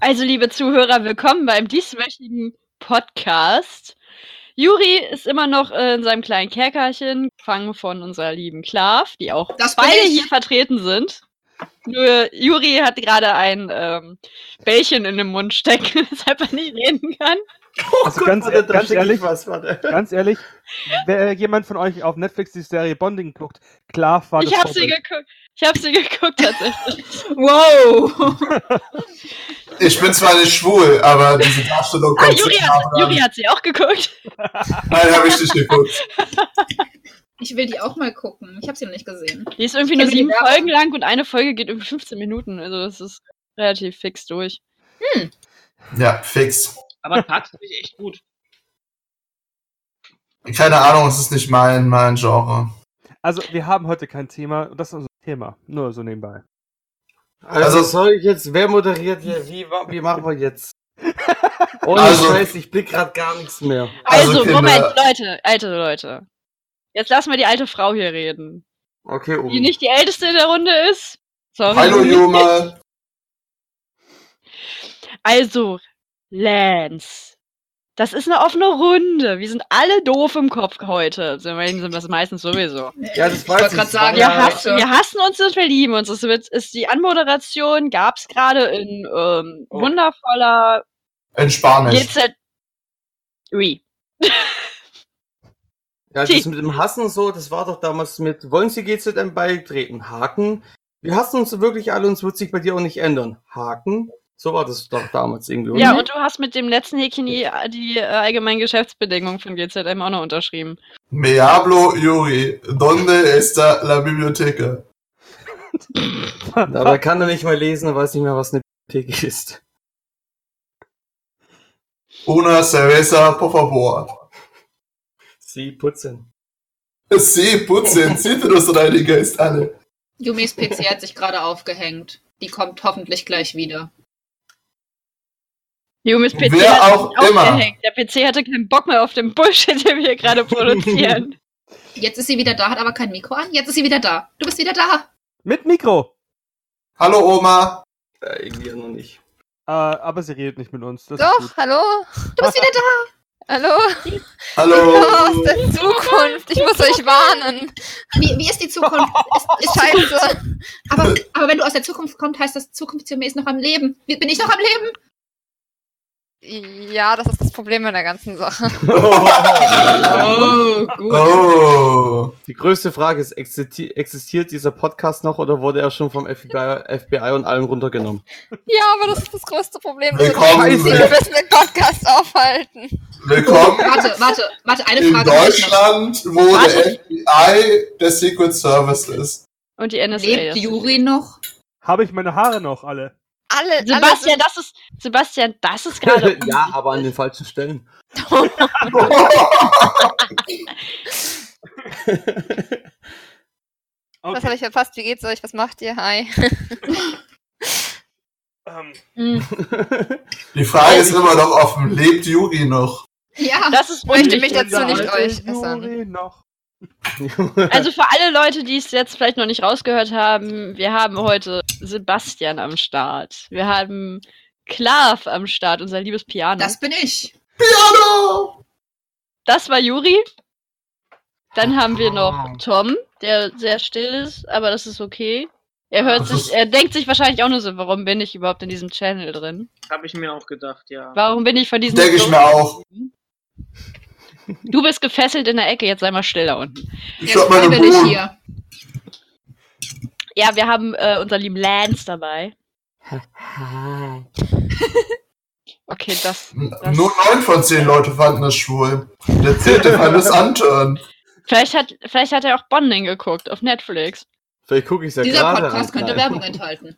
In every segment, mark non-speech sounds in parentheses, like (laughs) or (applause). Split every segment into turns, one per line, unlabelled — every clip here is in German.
Also, liebe Zuhörer, willkommen beim dieswöchigen Podcast. Juri ist immer noch äh, in seinem kleinen Kerkerchen, gefangen von unserer lieben Klav, die auch
Das bin
beide
ich.
hier vertreten sind. Nur Juri hat gerade ein ähm, Bällchen in dem Mund stecken, (laughs) weshalb er nicht reden kann.
Oh
Also ganz-
warte, da
ganz
steck ich
ehrlich-
was, warte.
Ganz ehrlich, wer jemand von euch auf Netflix die Serie Bonding guckt, klar war Ah, das
Ich habe sie
Vorbild.
geguckt. Ich habe sie geguckt tatsächlich.
Wow.
Ich bin zwar nicht schwul, aber diese Darstellung
ah,
kommt
Juri
zu
hat,
nah dran.
Juri hat sie auch geguckt.
Nein, habe ich nicht geguckt.
Ich will die auch mal gucken. Ich habe sie noch nicht gesehen.
Die ist irgendwie
Ich
nur
kenn die
sieben
Werbung.
Folgen lang und eine Folge geht über 15 Minuten. Also das ist relativ fix durch.
Ja, fix.
Aber tatsächlich echt gut.
Keine Ahnung, es ist nicht mein, mein Genre.
Also, wir haben heute kein Thema, und das ist unser Thema. Nur so nebenbei.
Also,
Also-
soll ich jetzt, wer moderiert hier? Wie, wa- wie machen wir
(laughs)
jetzt? Ohne
Also-
Scheiß, ich blick grad gar nichts mehr.
Also,
Also, Kinder-
Moment, Leute, alte Leute. Jetzt lassen wir die alte Frau hier reden.
Okay, um.
Die nicht die älteste in der Runde ist. Sorry.
Hallo Junge.
Also, Lance. Das ist eine offene Runde. Wir sind alle doof im Kopf heute. Immerhin sind wir das meistens sowieso.
Ja, das
wollte
weiß ich.
grad sagen,
Wir,
Ja,
hassen,
ja.
wir hassen uns und wir lieben uns. Das wird, ist die Anmoderation, gab es gerade in ähm,
Oh.
wundervoller
In Spanisch.
GZ. Ui.
ja, das mit dem Hassen und so, das war doch damals mit, wollen Sie GZM beitreten? Haken. Wir hassen uns wirklich alle und es wird sich bei dir auch nicht ändern. Haken. So war das doch damals irgendwie. oder?
Ja, und du hast mit dem letzten Häkchen die, die äh, allgemeinen Geschäftsbedingungen von GZM auch noch unterschrieben.
Me hablo Yuri. Donde está la biblioteca?
Dabei kann er nicht mehr lesen und weiß nicht mehr, was eine Bibliothek ist.
Una cerveza, por favor.
Sie putzen.
Sie
(laughs)
putzen, Zitrusreiniger ist alle.
Yumis PC hat sich gerade aufgehängt. Die kommt hoffentlich gleich wieder.
Jumis PC
Wer
hat
auch
sich
immer.
aufgehängt. Der PC hatte keinen Bock mehr auf den Bullshit, (laughs) den wir hier gerade produzieren.
Jetzt ist sie wieder da, hat aber kein Mikro an. Jetzt ist sie wieder da. Du bist wieder da.
(laughs) Mit Mikro!
Hallo Oma.
Äh, irgendwie
(laughs)
noch (laughs) nicht.
Äh, aber sie redet nicht mit uns. Das ist
Doch,
gut.
hallo.
Du bist wieder da.
Hallo. Aus (laughs)
Hallo.
der Zukunft. Ich muss euch warnen.
Wie, wie ist die Zukunft? Ist, ist Zukunft.
Scheiße.
Aber, aber wenn du aus der Zukunft kommst, heißt das, Zukunftsjumi ist noch am Leben. Wie- Bin ich noch am Leben?
Ja, das ist das Problem in der ganzen Sache.
Oh, gut.
Oh.
Die größte Frage ist, existi existiert dieser Podcast noch oder wurde er schon vom FBI, FBI und allem runtergenommen?
Ja, aber das ist das größte Problem. dass wir
Willkommen.
die- Wir müssen den Podcast aufhalten.
Willkommen
Warte, warte, warte. Eine
in
Frage habe ich noch.
Deutschland, wo der FBI der Secret Service ist. (laughs)
Und die NSA.
Lebt
ist-
Juri noch?
Habe ich meine Haare noch alle?
Alle,
Sebastian, das ist Sebastian, das ist gerade.
(laughs)
(laughs) ja, aber an den falschen Stellen.
alle, das habe ich verpasst. Wie geht's euch? Was macht ihr? Hi.
Ähm,
Mm,
Die Frage ist immer noch offen. Lebt Yuri noch?
Ja.
Das ist
Möchte mich
unwichtig.
dazu nicht
alte
euch
Juri
äußern.
noch.
Also für alle Leute, die es jetzt vielleicht noch nicht rausgehört haben, wir haben heute Sebastian am Start. Wir haben Klav am Start, unser liebes Piano.
Das
Das,
bin ich.
Hallo.
war Juri. Dann haben wir noch Tom, der sehr still ist, aber das ist okay. Er hört
Das
sich,
ist-
er denkt sich wahrscheinlich auch nur so, warum bin ich überhaupt in diesem Channel drin?
Habe ich mir auch gedacht, ja.
Warum bin ich von diesem
Denke ich mir auch.
Du bist gefesselt in der Ecke, jetzt sei mal still da unten.
Ich
Jetzt
hab meine
bin ich
Bohnen.
hier.
Ja, wir haben äh, unseren lieben Lance dabei.
Ah.
Okay, das Das-
Nur neun von zehn Leute fanden das schwul. Der zehnte fand es Anturn.
Vielleicht hat, vielleicht hat er auch Bonding geguckt auf Netflix.
Vielleicht gucke ich ja
Dieser
gerade.
Podcast
an.
könnte Werbung enthalten.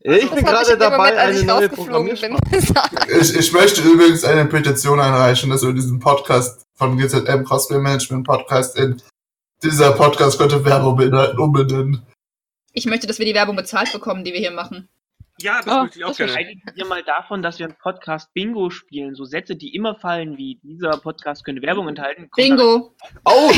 Ich
Das
bin
hab ich
gerade
in dem
dabei,
Moment, als
eine
ich
neue
rausgeflogen bin.
Programmiersprache.
(laughs) gesagt.
Ich, ich möchte übrigens eine Petition einreichen, dass wir diesen Podcast von GZM Cosplay Management Podcast in dieser Podcast könnte Werbung beinhalten, umbenennen.
Ich möchte, dass wir die Werbung bezahlt bekommen, die wir hier machen.
Ja,
das Oh, möchte ich auch das gerne.
Reinigen wir mal davon, dass wir einen Podcast Bingo spielen. So Sätze, die immer fallen, wie dieser Podcast könnte Werbung enthalten.
(laughs)
kommt
Bingo.
Oh!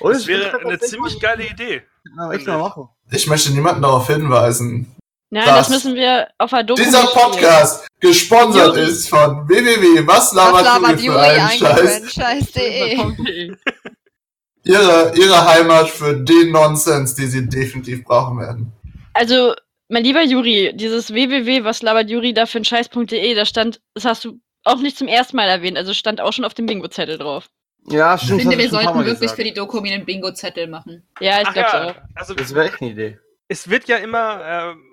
Oh,
Das wäre eine ziemlich
geile.
geile Idee.
Ah, Echt mal machen.
(laughs) Ich möchte niemanden darauf hinweisen.
Nein,
Das-
das müssen wir auf der Doku
Dieser
besprechen.
Podcast gesponsert ist von www.waslabertjuli.de
Scheiß.de.
ihre, ihre Heimat für den Nonsens, den sie definitiv brauchen werden.
Also, mein lieber Juri, dieses www, was labert Juri da für ein Scheiß.de, E, da stand, das hast du auch nicht zum ersten Mal erwähnt, also stand auch schon auf dem Bingo-Zettel drauf.
Ja,
Ich
stimmt.
finde,
das hab
wir
ich schon ein paar
sollten
Mal
wirklich
gesagt.
für die Doku einen Bingo-Zettel machen.
Ja, ich
Ach
glaube auch.
ja, also
Das wäre echt
(laughs)
eine Idee.
es wird ja immer, ähm,
äh,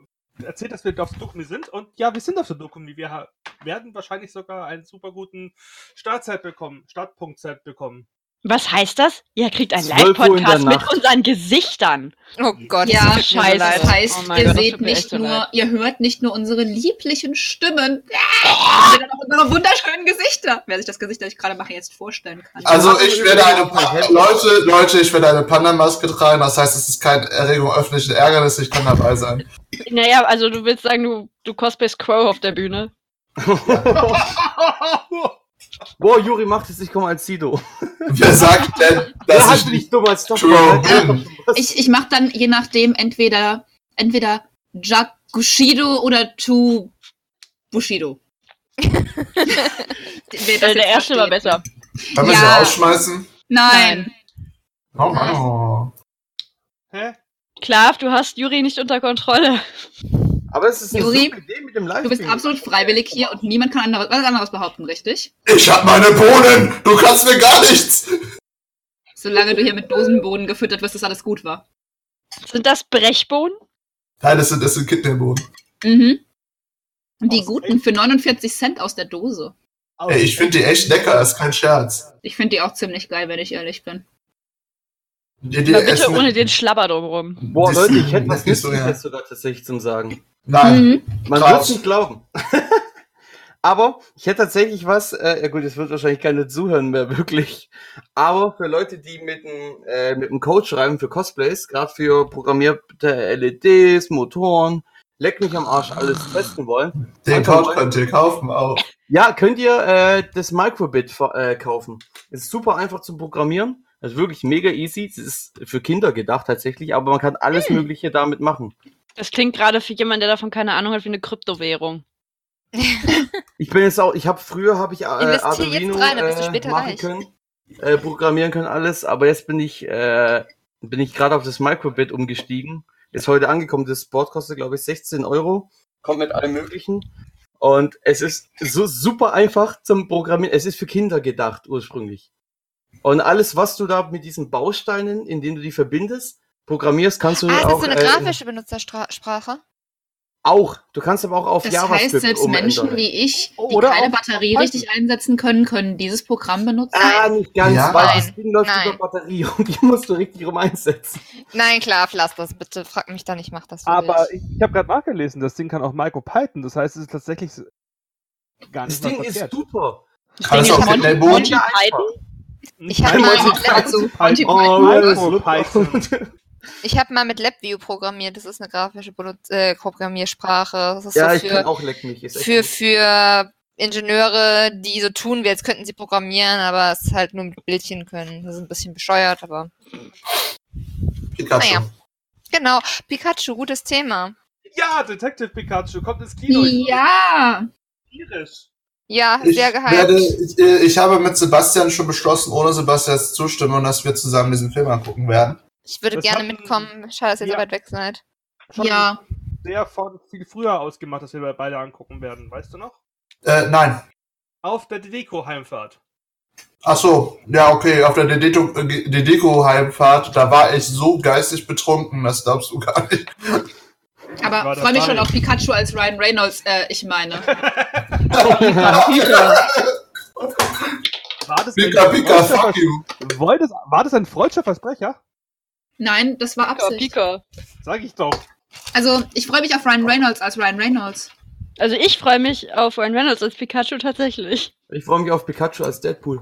Erzählt, dass wir auf der Dokumi sind und ja, wir sind auf der Dokumi. Wir ha- werden wahrscheinlich sogar einen super guten Startzeit bekommen, Startpunktzeit (laughs) bekommen.
Was heißt das? Ihr kriegt einen
12 Uhr in der
Live-Podcast mit
Nacht.
unseren Gesichtern.
Oh Gott,
Ja,
das tut mir so
scheiße.
leid.
Das
(laughs)
heißt,
Oh mein
ihr
Gott, das
seht
tut mir echt
nicht
so
nur,
leid.
ihr hört nicht nur unsere lieblichen Stimmen, sondern auch unsere wunderschönen Gesichter. Wer sich das Gesicht, das ich gerade mache, jetzt vorstellen kann.
Also ich werde eine Pa- Leute, Leute, ich werde eine Pandamaske tragen, das heißt, es ist keine Erregung öffentlichen Ärgernis, ich kann dabei sein.
Naja, also du willst sagen, du, du cosplayst Crow auf der Bühne.
Boah, Juri macht es, ich komme als Sido.
Wer sagt denn,
Das ja,
dass
halt bin
ich
ich dumm als Doktor.
Crow bin?
Ich, ich mache dann je nachdem entweder, entweder Jakushido oder Tu (laughs) Bushido. Wer das
Äh, der
jetzt
erste
versteht.
war besser.
Kann man
Ja.
sie rausschmeißen?
Nein.
Oh Mann. Oh.
Hä?
Klav, du hast Juri nicht unter Kontrolle. (laughs)
Aber es ist eine
Juri,
super Idee mit dem live
Du bist absolut freiwillig hier und niemand kann anderes, was anderes behaupten, richtig?
Ich hab meine Bohnen! Du kannst mir gar nichts!
Solange du hier mit Dosenboden gefüttert wirst, dass alles gut war.
Sind das Brechbohnen?
Nein, das sind, das sind Kidneybohnen.
Mhm. Und die guten für 49 Cent aus der Dose.
Oh.
Ey, ich finde die echt lecker, ist kein Scherz.
Ich finde die auch ziemlich geil, wenn ich ehrlich bin.
Die, die
Na bitte
essen-
ohne den Schlabber drumrum.
Boah,
die
Leute,
sind-
ich hätte was
die sind so, ja.
Nützliches sogar tatsächlich zum Sagen.
Nein.
Mhm.
Man
Krass.
wird es nicht glauben. (laughs) Aber ich hätte tatsächlich was, äh, ja gut, es wird wahrscheinlich keine zuhören mehr, (laughs) wirklich. Aber für Leute, die mit dem äh, mit dem Code schreiben für Cosplays, gerade für programmierte LEDs, Motoren, leck mich am Arsch, alles testen wollen,
Den Code könnt ihr kaufen auch.
ja, könnt ihr äh, das Microbit ver- äh, kaufen. Ist super einfach zu programmieren. Ist wirklich mega easy. Es ist für Kinder gedacht tatsächlich, aber man kann alles Mögliche damit machen.
Das klingt gerade für jemanden, der davon keine Ahnung hat, wie eine Kryptowährung.
Ich bin jetzt auch, ich habe früher habe ich äh,
Investier jetzt
Arduino
rein, dann bist du
äh,
später
machen
reich.
können, äh, programmieren können alles, aber jetzt bin ich äh, bin ich gerade auf das Microbit umgestiegen. Ist heute angekommen. Das Board kostet glaube ich 16 Euro, kommt mit allem Möglichen und es ist so super einfach zum Programmieren. Es ist für Kinder gedacht ursprünglich und alles was du da mit diesen Bausteinen, indem du die verbindest, programmierst, kannst du
Ah, ist das
auch
so eine
äh,
grafische Benutzersprache?
auch. Du kannst aber auch auf
Das heißt,
JavaScript
selbst
umändern.
Menschen wie ich, die
um Oh, Oder
keine
auch-
Batterie richtig einsetzen können, können dieses Programm benutzen.
Ah, nicht ganz,
Ja.
weil
Nein.
das Ding läuft
Nein.
über Batterie (laughs) und die musst du richtig rum einsetzen.
Nein, klar, lass das bitte. Frag mich da nicht, mach das für
Aber
dich.
ich, ich habe gerade nachgelesen, das Ding kann auch Micro Python, das heißt, es ist tatsächlich gar
Das
nicht
Ding
mal
ist
verkehrt.
super.
Kannst du auch Kidneybohnen?
Monty Python?
Ich hab mal mit Lab-
Also,
Python.
Oh,
Micro
das (laughs)
Python.
ich hab mal mit LabVIEW programmiert. Das ist eine grafische Benut äh, Programmiersprache. Das ist
Ja,
so
ich kann
für,
auch leck mich. Ist echt
für,
gut.
für Ingenieure, die so tun, wie als könnten sie programmieren, aber es halt nur mit Bildchen können. Das ist ein bisschen bescheuert, aber
Pikachu.
Naja. genau. Pikachu, gutes Thema.
Ja, Detective Pikachu kommt ins Kino.
ja.
Tierisch.
Ja,
Ich,
sehr
werde,
gehypt.
ich, äh, ich habe mit Sebastian schon beschlossen, ohne Sebastians Zustimmung, dass wir zusammen diesen Film angucken werden.
Ich würde
das
gerne
hatten-
mitkommen. Schade, dass ihr so
Ja.
weit weg seid.
Schon
Ja.
Sehr von viel früher ausgemacht, dass wir beide angucken werden, weißt du noch?
Äh, nein.
Auf der Deko-Heimfahrt.
Ach so, ja, okay, auf der Dedeto- äh, Dedeco-Heimfahrt, da war ich so geistig betrunken, das glaubst du gar
(laughs)
nicht.
War
Aber
das
freue mich
geil.
schon auf Pikachu als Ryan Reynolds, äh, ich meine.
War das,
Pika,
ein
Pika,
freudscher
fuck you.
Vers- War das- war das ein freudscher Versprecher?
Nein, das war
Pika,
Absicht.
Pika.
Sag ich doch.
Also, ich freue mich auf Ryan Reynolds als Ryan Reynolds.
Also ich freue mich auf Ryan Reynolds als Pikachu tatsächlich.
Ich freue mich auf Pikachu als Deadpool.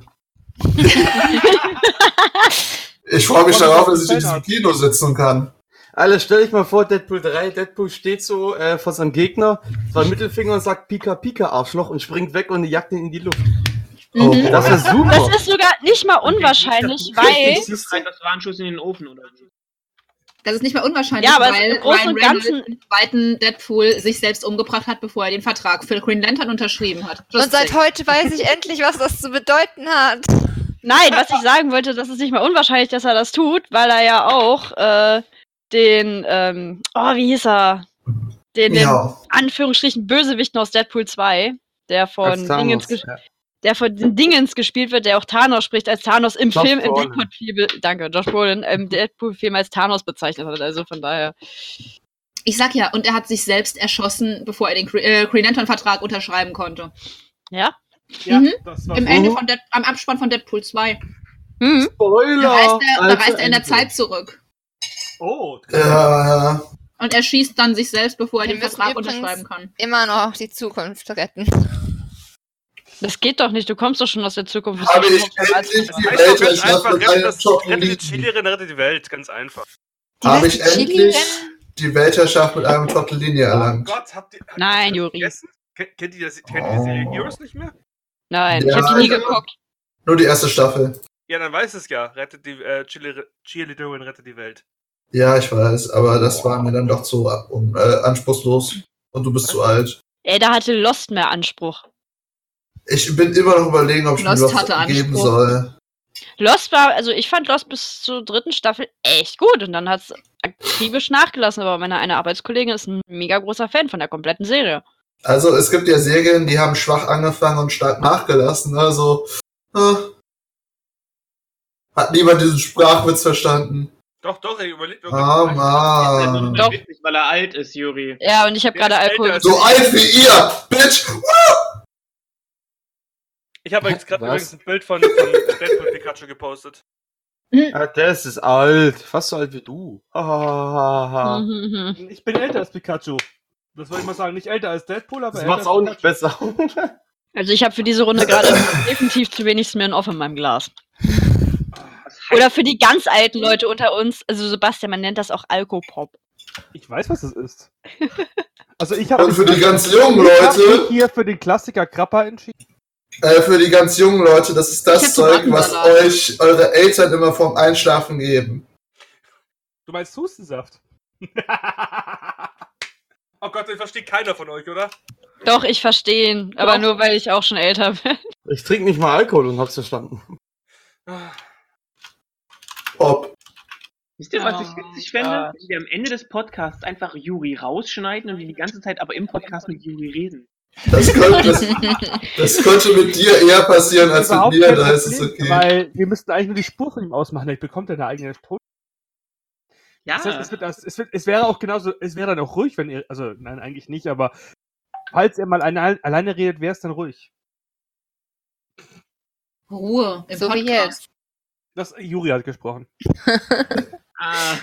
Ich freue mich darauf, dass ich in diesem Kino sitzen kann.
Alter, stell dich mal vor, Deadpool 3, Deadpool steht so äh, vor Mhm. seinem Gegner, zwei Mittelfinger und sagt Pika Pika Arschloch und springt weg und jagt ihn in die Luft.
Mhm.
Das wäre super.
Das ist sogar nicht mal
(laughs)
unwahrscheinlich, weil.
Das ist halt, das war ein Schuss in den Ofen oder so.
Das ist nicht mal unwahrscheinlich,
Ja, aber es-
weil
im Großen
Ryan
und
Reynolds
Ganzen.
im zweiten Deadpool sich selbst umgebracht hat, bevor er den Vertrag für Green Lantern unterschrieben hat. Just
Und seit
saying.
heute weiß ich (laughs) endlich, was das zu bedeuten hat.
Nein, was ich sagen wollte, das ist nicht mal unwahrscheinlich, dass er das tut, weil er ja auch äh, den. Ähm, oh, wie hieß er? Den, den
Ja.
Anführungsstrichen Bösewichten aus Deadpool 2, der
Als
von
Thanos,
Dingens, ges-
ja.
der von den Dingens gespielt wird, der auch Thanos spricht, als Thanos im
Josh
Film, im
Brolin.
Deadpool-Film, be- danke, Josh Brolin, im Deadpool-Film als Thanos bezeichnet hat, also von daher.
Ich sag ja, und er hat sich selbst erschossen, bevor er den Gre- äh, Green Lantern Vertrag unterschreiben konnte.
Ja,
Mhm.
das war
Im
so.
Ende von Dead am Abspann von Deadpool 2.
Hm.
Spoiler!
Da reist er, da
also
Alter,
reist er in der
Endgame.
Zeit zurück.
Oh,
Äh, Ja, ja.
Und er schießt dann sich selbst, bevor er
Wir
den
müssen
Vertrag
übrigens-
unterschreiben kann.
Immer noch die Zukunft retten.
Das geht doch nicht, du kommst doch schon aus der Zukunft.
Habe ich
Als-
Weißt
endlich die
du,
Welt
ganz einfach,
erschlossen mit
rette
einem
das-
Schoppen
rette die
Lied.
Chili-Rennen, rette die Welt, ganz einfach.
Die
Habe
was,
ich
die Chili
endlich
rennen?
die Weltherrschaft mit einem Tortellini
oh
erlangt.
Gott, habt ihr. habt ihr
Nein,
das
Juri.
vergessen? Kennt, kennt ihr das, kennt ihr die Serie
Oh.
Heroes nicht mehr?
Nein, ich
Ja.
hab die nie geguckt.
Nur die erste Staffel.
Ja, dann weiß es ja. Rettet die äh, Chili- Cheerleaderin, rettet die Welt.
Ja, ich weiß, aber das war mir dann doch zu äh, um, äh, anspruchslos. Und du bist zu alt.
Ey, da hatte Lost mehr Anspruch.
Ich bin immer noch überlegen, ob ich mir
Lost
was
hatte
geben
Anspruch.
soll.
Lost war, also ich fand Lost bis zur dritten Staffel echt gut und dann hat's akribisch nachgelassen, aber meine eine Arbeitskollegin ist ein mega großer Fan von der kompletten Serie.
Also es gibt ja Serien, die haben schwach angefangen und stark nachgelassen. Also äh, hat niemand diesen Sprachwitz verstanden.
Doch, doch, ey, überlegt doch.
Ah,
Das ist halt nur
Mann.
Doch.
so witzig, weil er alt ist, Juri.
Ja, und ich habe
Ja,
gerade
ist älter
Alkohol.
als-
So alt wie ihr, Bitch!
Ich habe jetzt gerade
Was?
übrigens ein Bild von, von Deadpool Pikachu gepostet.
Ah, das ist alt. Fast so alt wie du. Ha, ha, ha, ha, ha.
Mhm, mhm.
Ich bin älter als Pikachu. Das wollte ich mal sagen. Nicht älter als Deadpool, aber
Das
älter
macht's auch
als
nicht besser.
(laughs)
(laughs)
Also ich habe für diese Runde
(laughs)
gerade definitiv zu wenig Smirn off in meinem Glas.
Was heißt
Oder für die ganz alten Leute unter uns, also Sebastian, man nennt das auch Alkopop.
Ich weiß, was es ist. Also ich habe
Und für die ganz jungen Leute,
hier für den Klassiker Krapper entschieden.
äh, für die ganz jungen Leute, das ist
Ich
das
hab so
Zeug, was
Rattensalat.
euch eure Eltern immer vorm Einschlafen geben.
Du meinst Hustensaft?
(laughs) Oh Gott, den versteht keiner von euch, oder?
Doch, ich verstehe ihn, aber nur weil ich auch schon älter bin.
Ich trinke nicht mal Alkohol und hab's verstanden.
Ah,
Ob.
(laughs) Wisst ihr, was ich
Oh,
witzig fände? Wenn wir am Ende des Podcasts einfach Juri rausschneiden und wir die ganze Zeit aber im Podcast mit Juri reden.
Das könnte, das, das könnte mit dir eher passieren als mit
Überhaupt
mir,
kein
da ist es
Problem,
okay.
Weil wir müssten eigentlich nur die Spur von ihm ausmachen. Vielleicht bekommt er eine eigene Spur.
Ja,
Das heißt, es, wird, das- es, wird, es wäre auch genauso, es wäre dann auch ruhig, wenn ihr, also nein, eigentlich nicht, aber falls er mal eine, alleine redet, wäre es dann ruhig.
Ruhe im
So wie
Podcast.
jetzt.
Das Juri hat gesprochen.
(laughs)
ah,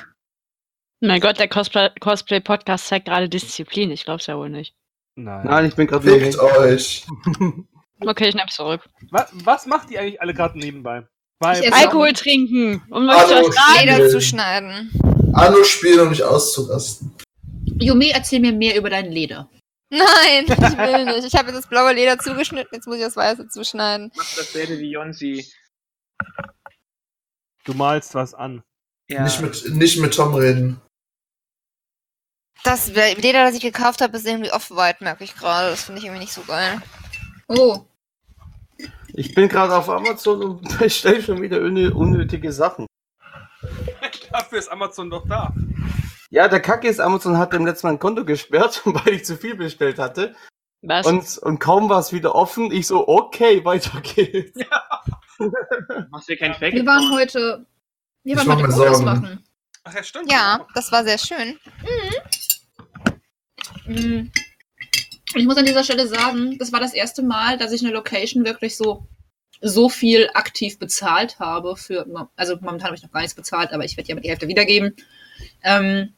Mein Gott, der Cosplay- Cosplay-Podcast zeigt gerade Disziplin, ich glaub's ja wohl nicht.
Nein.
Nein, ich bin gerade
Fickt
wieder.
euch.
Okay, ich nehm's zurück.
Was, was macht ihr eigentlich alle gerade nebenbei? Weil
Ich esse-
Alkohol trinken, um euch zu
Hallo.
euch sagen.
Leder
Nein.
zuschneiden.
Anno spielen, um nicht auszurasten.
Yumi, erzähl mir mehr über dein Leder.
Nein, ich will nicht. Ich habe jetzt das blaue Leder zugeschnitten, jetzt muss ich das weiße zuschneiden.
macht dasselbe wie Jonsi.
du malst was an.
Ja.
Nicht, mit, nicht mit Tom reden.
Das Leder, das ich gekauft habe, ist irgendwie off-white, merke ich gerade. Das finde ich irgendwie nicht so geil.
Oh,
Ich bin gerade auf Amazon und (laughs) bestelle schon wieder un- unnötige Sachen.
(laughs) Dafür ist Amazon doch da.
Ja, der Kacke ist, Amazon hat dem letzten Mal ein Konto gesperrt, (laughs) weil ich zu viel bestellt hatte.
Was?
Und, und kaum war es wieder offen. Ich so, okay, weiter geht's.
Machst du dir keinen Fact?
wir waren heute. Wir
Ich
waren
mach
heute
mir
Fotos
Sorgen.
machen.
Ach ja, stimmt.
Ja, das war sehr schön.
Mm. Ich muss an dieser Stelle sagen, das war das erste Mal, dass ich eine Location wirklich so so viel aktiv bezahlt habe für, also momentan habe ich noch gar nichts bezahlt, aber ich werde ja mit die Hälfte wiedergeben. Ähm,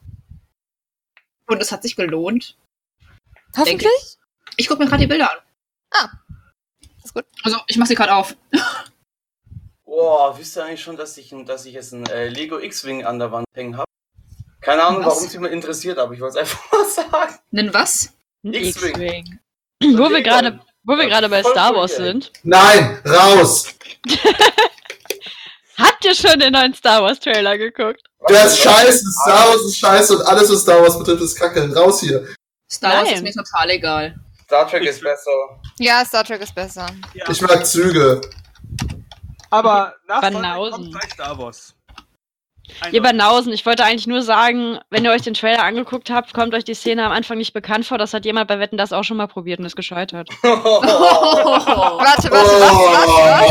und es hat sich gelohnt.
Hoffentlich.
Ich gucke mir gerade die Bilder an.
Ah. Ist gut.
Also ich mache sie gerade auf.
Boah, wisst ihr eigentlich schon, dass ich, dass ich jetzt einen äh, Lego X-Wing an der Wand hängen habe? Keine Ahnung,
Was?
warum es mich (laughs) interessiert, aber ich wollte es einfach mal sagen.
Nen was?
Ein
X-Wing.
X-Wing. Wo wir gerade Wo wir gerade bei
voll
Star
cool,
Wars
ey.
sind.
Nein, raus!
Habt ihr schon den neuen Star Wars Trailer geguckt?
Der ist scheiße, Star Wars ist scheiße und alles, was Star Wars betrifft, ist kacke. Raus hier.
Star Wars ist
Nein.
mir total egal.
Star Trek ist besser.
Ja, Star Trek ist besser.
Ich mag Züge.
Aber nach Sonic
Banausen.
kommt gleich Star Wars.
Ihr Banausen, ich wollte eigentlich nur sagen, wenn ihr euch den Trailer angeguckt habt, kommt euch die Szene am Anfang nicht bekannt vor. Das hat jemand bei Wetten das auch schon mal probiert und ist gescheitert.
Warte, warte, warte, warte,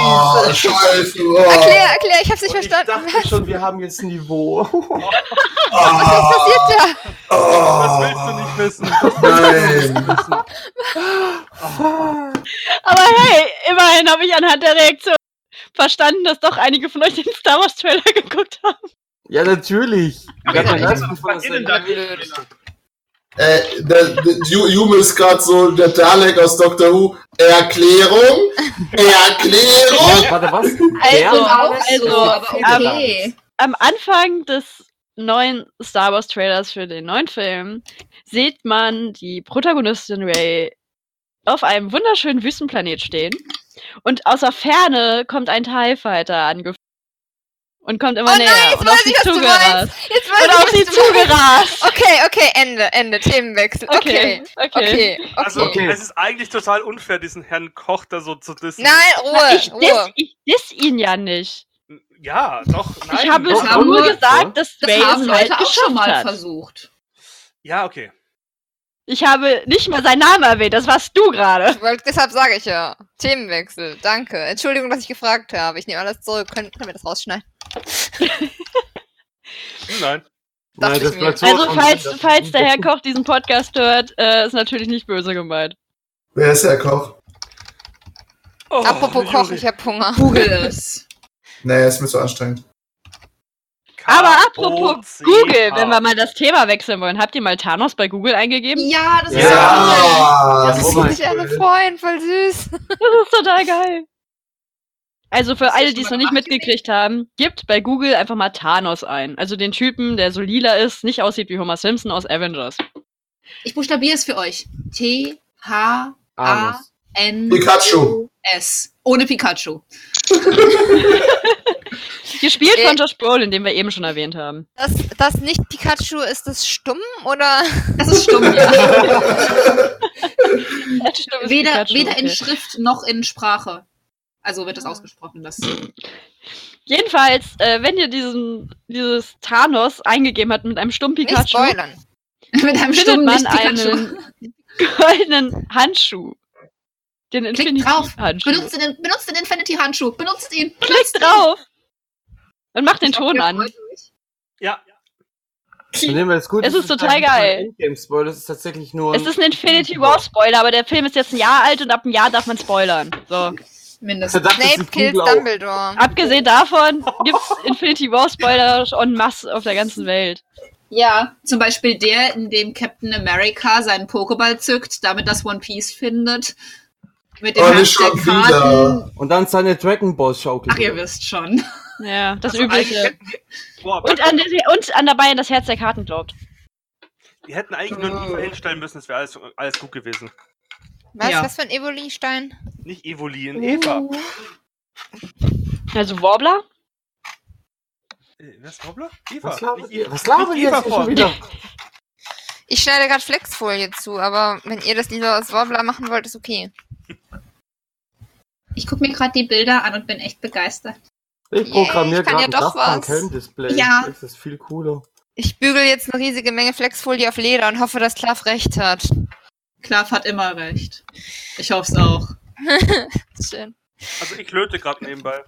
Oh, oh, scheiße. Oh,
warte. Erklär, erklär, ich hab's nicht
Und ich
verstanden.
dachte schon, wir haben jetzt ein Niveau. (laughs)
Was
Was passiert
Das
Oh.
willst du nicht
(laughs)
wissen.
Nein.
Aber hey, immerhin habe ich anhand der Reaktion verstanden, dass doch einige von euch den Star Wars Trailer (laughs) geguckt haben.
Ja, natürlich.
Aber
Ja, das
ich weiß
ist
nicht,
von
was
der
innen
Seite.
da
Also,
drin
Äh, der, der, Ju- Jume ist gerade so der Dalek aus Doctor Who. Erklärung? Erklärung?
Warte, was?
Also,
also, aber okay.
Am Anfang des neuen Star Wars Trailers für den neuen Film sieht man die Protagonistin Ray auf einem wunderschönen Wüstenplanet stehen und außer Ferne kommt ein TIE Fighter angeflogen und kommt immer
Oh nein,
näher
jetzt
und
weiß
auf sie
ich, was du
zugerast.
meinst. Jetzt
Und auf
weiß
sie
ich, was du meinst.
zugerast.
Okay, okay, Ende, Ende, Themenwechsel. Okay,
Okay, okay.
okay, okay.
Also,
Okay.
es ist eigentlich total unfair, diesen Herrn Koch da so zu dissen.
Nein,
Na,
Ruhe,
ich, diss,
Ruhe.
ich diss ihn ja nicht.
Ja, doch, nein.
ich habe
doch,
es
haben
nur
wir-
gesagt, dass
Das
Ray
haben
es halt
Leute auch
geschafft
schon mal
hat.
versucht.
Ja, okay.
Ich habe nicht mal seinen Namen erwähnt, das warst du gerade.
Ich wollte- Deshalb sage ich ja. Themenwechsel, danke. Entschuldigung, dass ich gefragt habe. Ich nehme alles zurück. Können, können wir das rausschneiden?
Hm, Nein.
Dachte ich mir.
bleibt
Also
und-
falls, falls der Herr Koch diesen Podcast hört, äh, ist natürlich nicht böse gemeint.
Wer ist der Koch?
Oh,
Apropos Koch, ich habe Hunger.
Google es.
Nee, ist mir zu anstrengend.
Aber apropos
K.O.C.H..
Google, wenn wir mal das Thema wechseln wollen, habt ihr mal Thanos bei Google
(laughs)
eingegeben?
Ja, das ist
Ja.
Das
Oh
ist
mein
nicht alle Freund, voll
Das
süß.
ist total geil. Also für
Hast du
alle,
schon
die es
mal
noch nicht
gemacht,
mitgekriegt haben, gibt bei Google einfach mal Thanos ein. Also den Typen, der so lila ist, nicht aussieht wie Homer Simpson aus Avengers.
Ich buchstabiere es für euch. T H
Anus.
N
Pikachu.
S ohne Pikachu.
Gespielt
Äh.
von Josh Brolin, den wir eben schon erwähnt haben.
Das, das nicht Pikachu, ist das stumm oder?
Das ist stumm. weder
(laughs) Stimmt, Pikachu,
weder in
okay.
Schrift noch in Sprache. Also wird das ausgesprochen. Das
Hm. Jedenfalls, äh, wenn ihr diesen, dieses Thanos eingegeben habt mit einem stummen
Nicht
Pikachu,
spoilern.
(laughs) mit einem
findet
stummen
man
nicht Pikachu.
einen goldenen Handschuh. Den
Klickt
Infinity-Handschuh.
Benutzt den, benutzt den Infinity Handschuh.
(laughs)
Benutzt ihn.
Klickt drauf! Und macht den Ton an.
Ja,
Dann nehmen wir das gut.
Es
das
ist total
kein
geil.
Endgame-Spoiler, das ist tatsächlich nur.
Es ist ein Infinity War Spoiler, aber der Film ist jetzt ein Jahr alt und ab einem Jahr darf man spoilern. So.
Mindestens.
Verdammt, das
Snape
ist
kills
Google auch.
Dumbledore.
Ah,
Abgesehen davon gibt's Infinity War Spoiler en masse auf der ganzen Welt.
Ja. Zum Beispiel der, in dem Captain America seinen Pokéball zückt, damit das One Piece findet. Mit dem
Oh,
Hand
nicht
der
schon
Karten.
Und dann seine Dragon Ball Schaukel.
Ach, ihr wisst schon.
Ja, das
Also
Übliche.
boah,
Und an, der, und an dabei an das Herz der Karten glaubt.
die hätten eigentlich nur einen Eva hinstellen müssen, es wäre alles, alles gut gewesen.
Was,
Ja.
was für ein Evoli-Stein?
Nicht Evoli und Eva.
Also Warbler?
Äh, Was, Hobbler? Eva.
was labert
nicht
ihr?
Eva.
Was labert
Nicht
ihr
Eva
jetzt schon
vor.
wieder?
Ich schneide gerade Flexfolie zu, aber wenn ihr das lieber als Warbler machen wollt, ist okay.
Ich gucke mir gerade die Bilder an und bin echt begeistert.
Ich
Yay,
programmiere
ich kann
gerade
ja
ein
doch
Daft Punk
was.
Helm-Display.
Ja.
Das ist viel cooler.
Ich bügel jetzt eine riesige Menge Flexfolie auf Leder und hoffe, dass Klaff recht hat.
Klaff hat immer recht. Ich hoffe es auch.
Schön.
Also ich löte gerade nebenbei.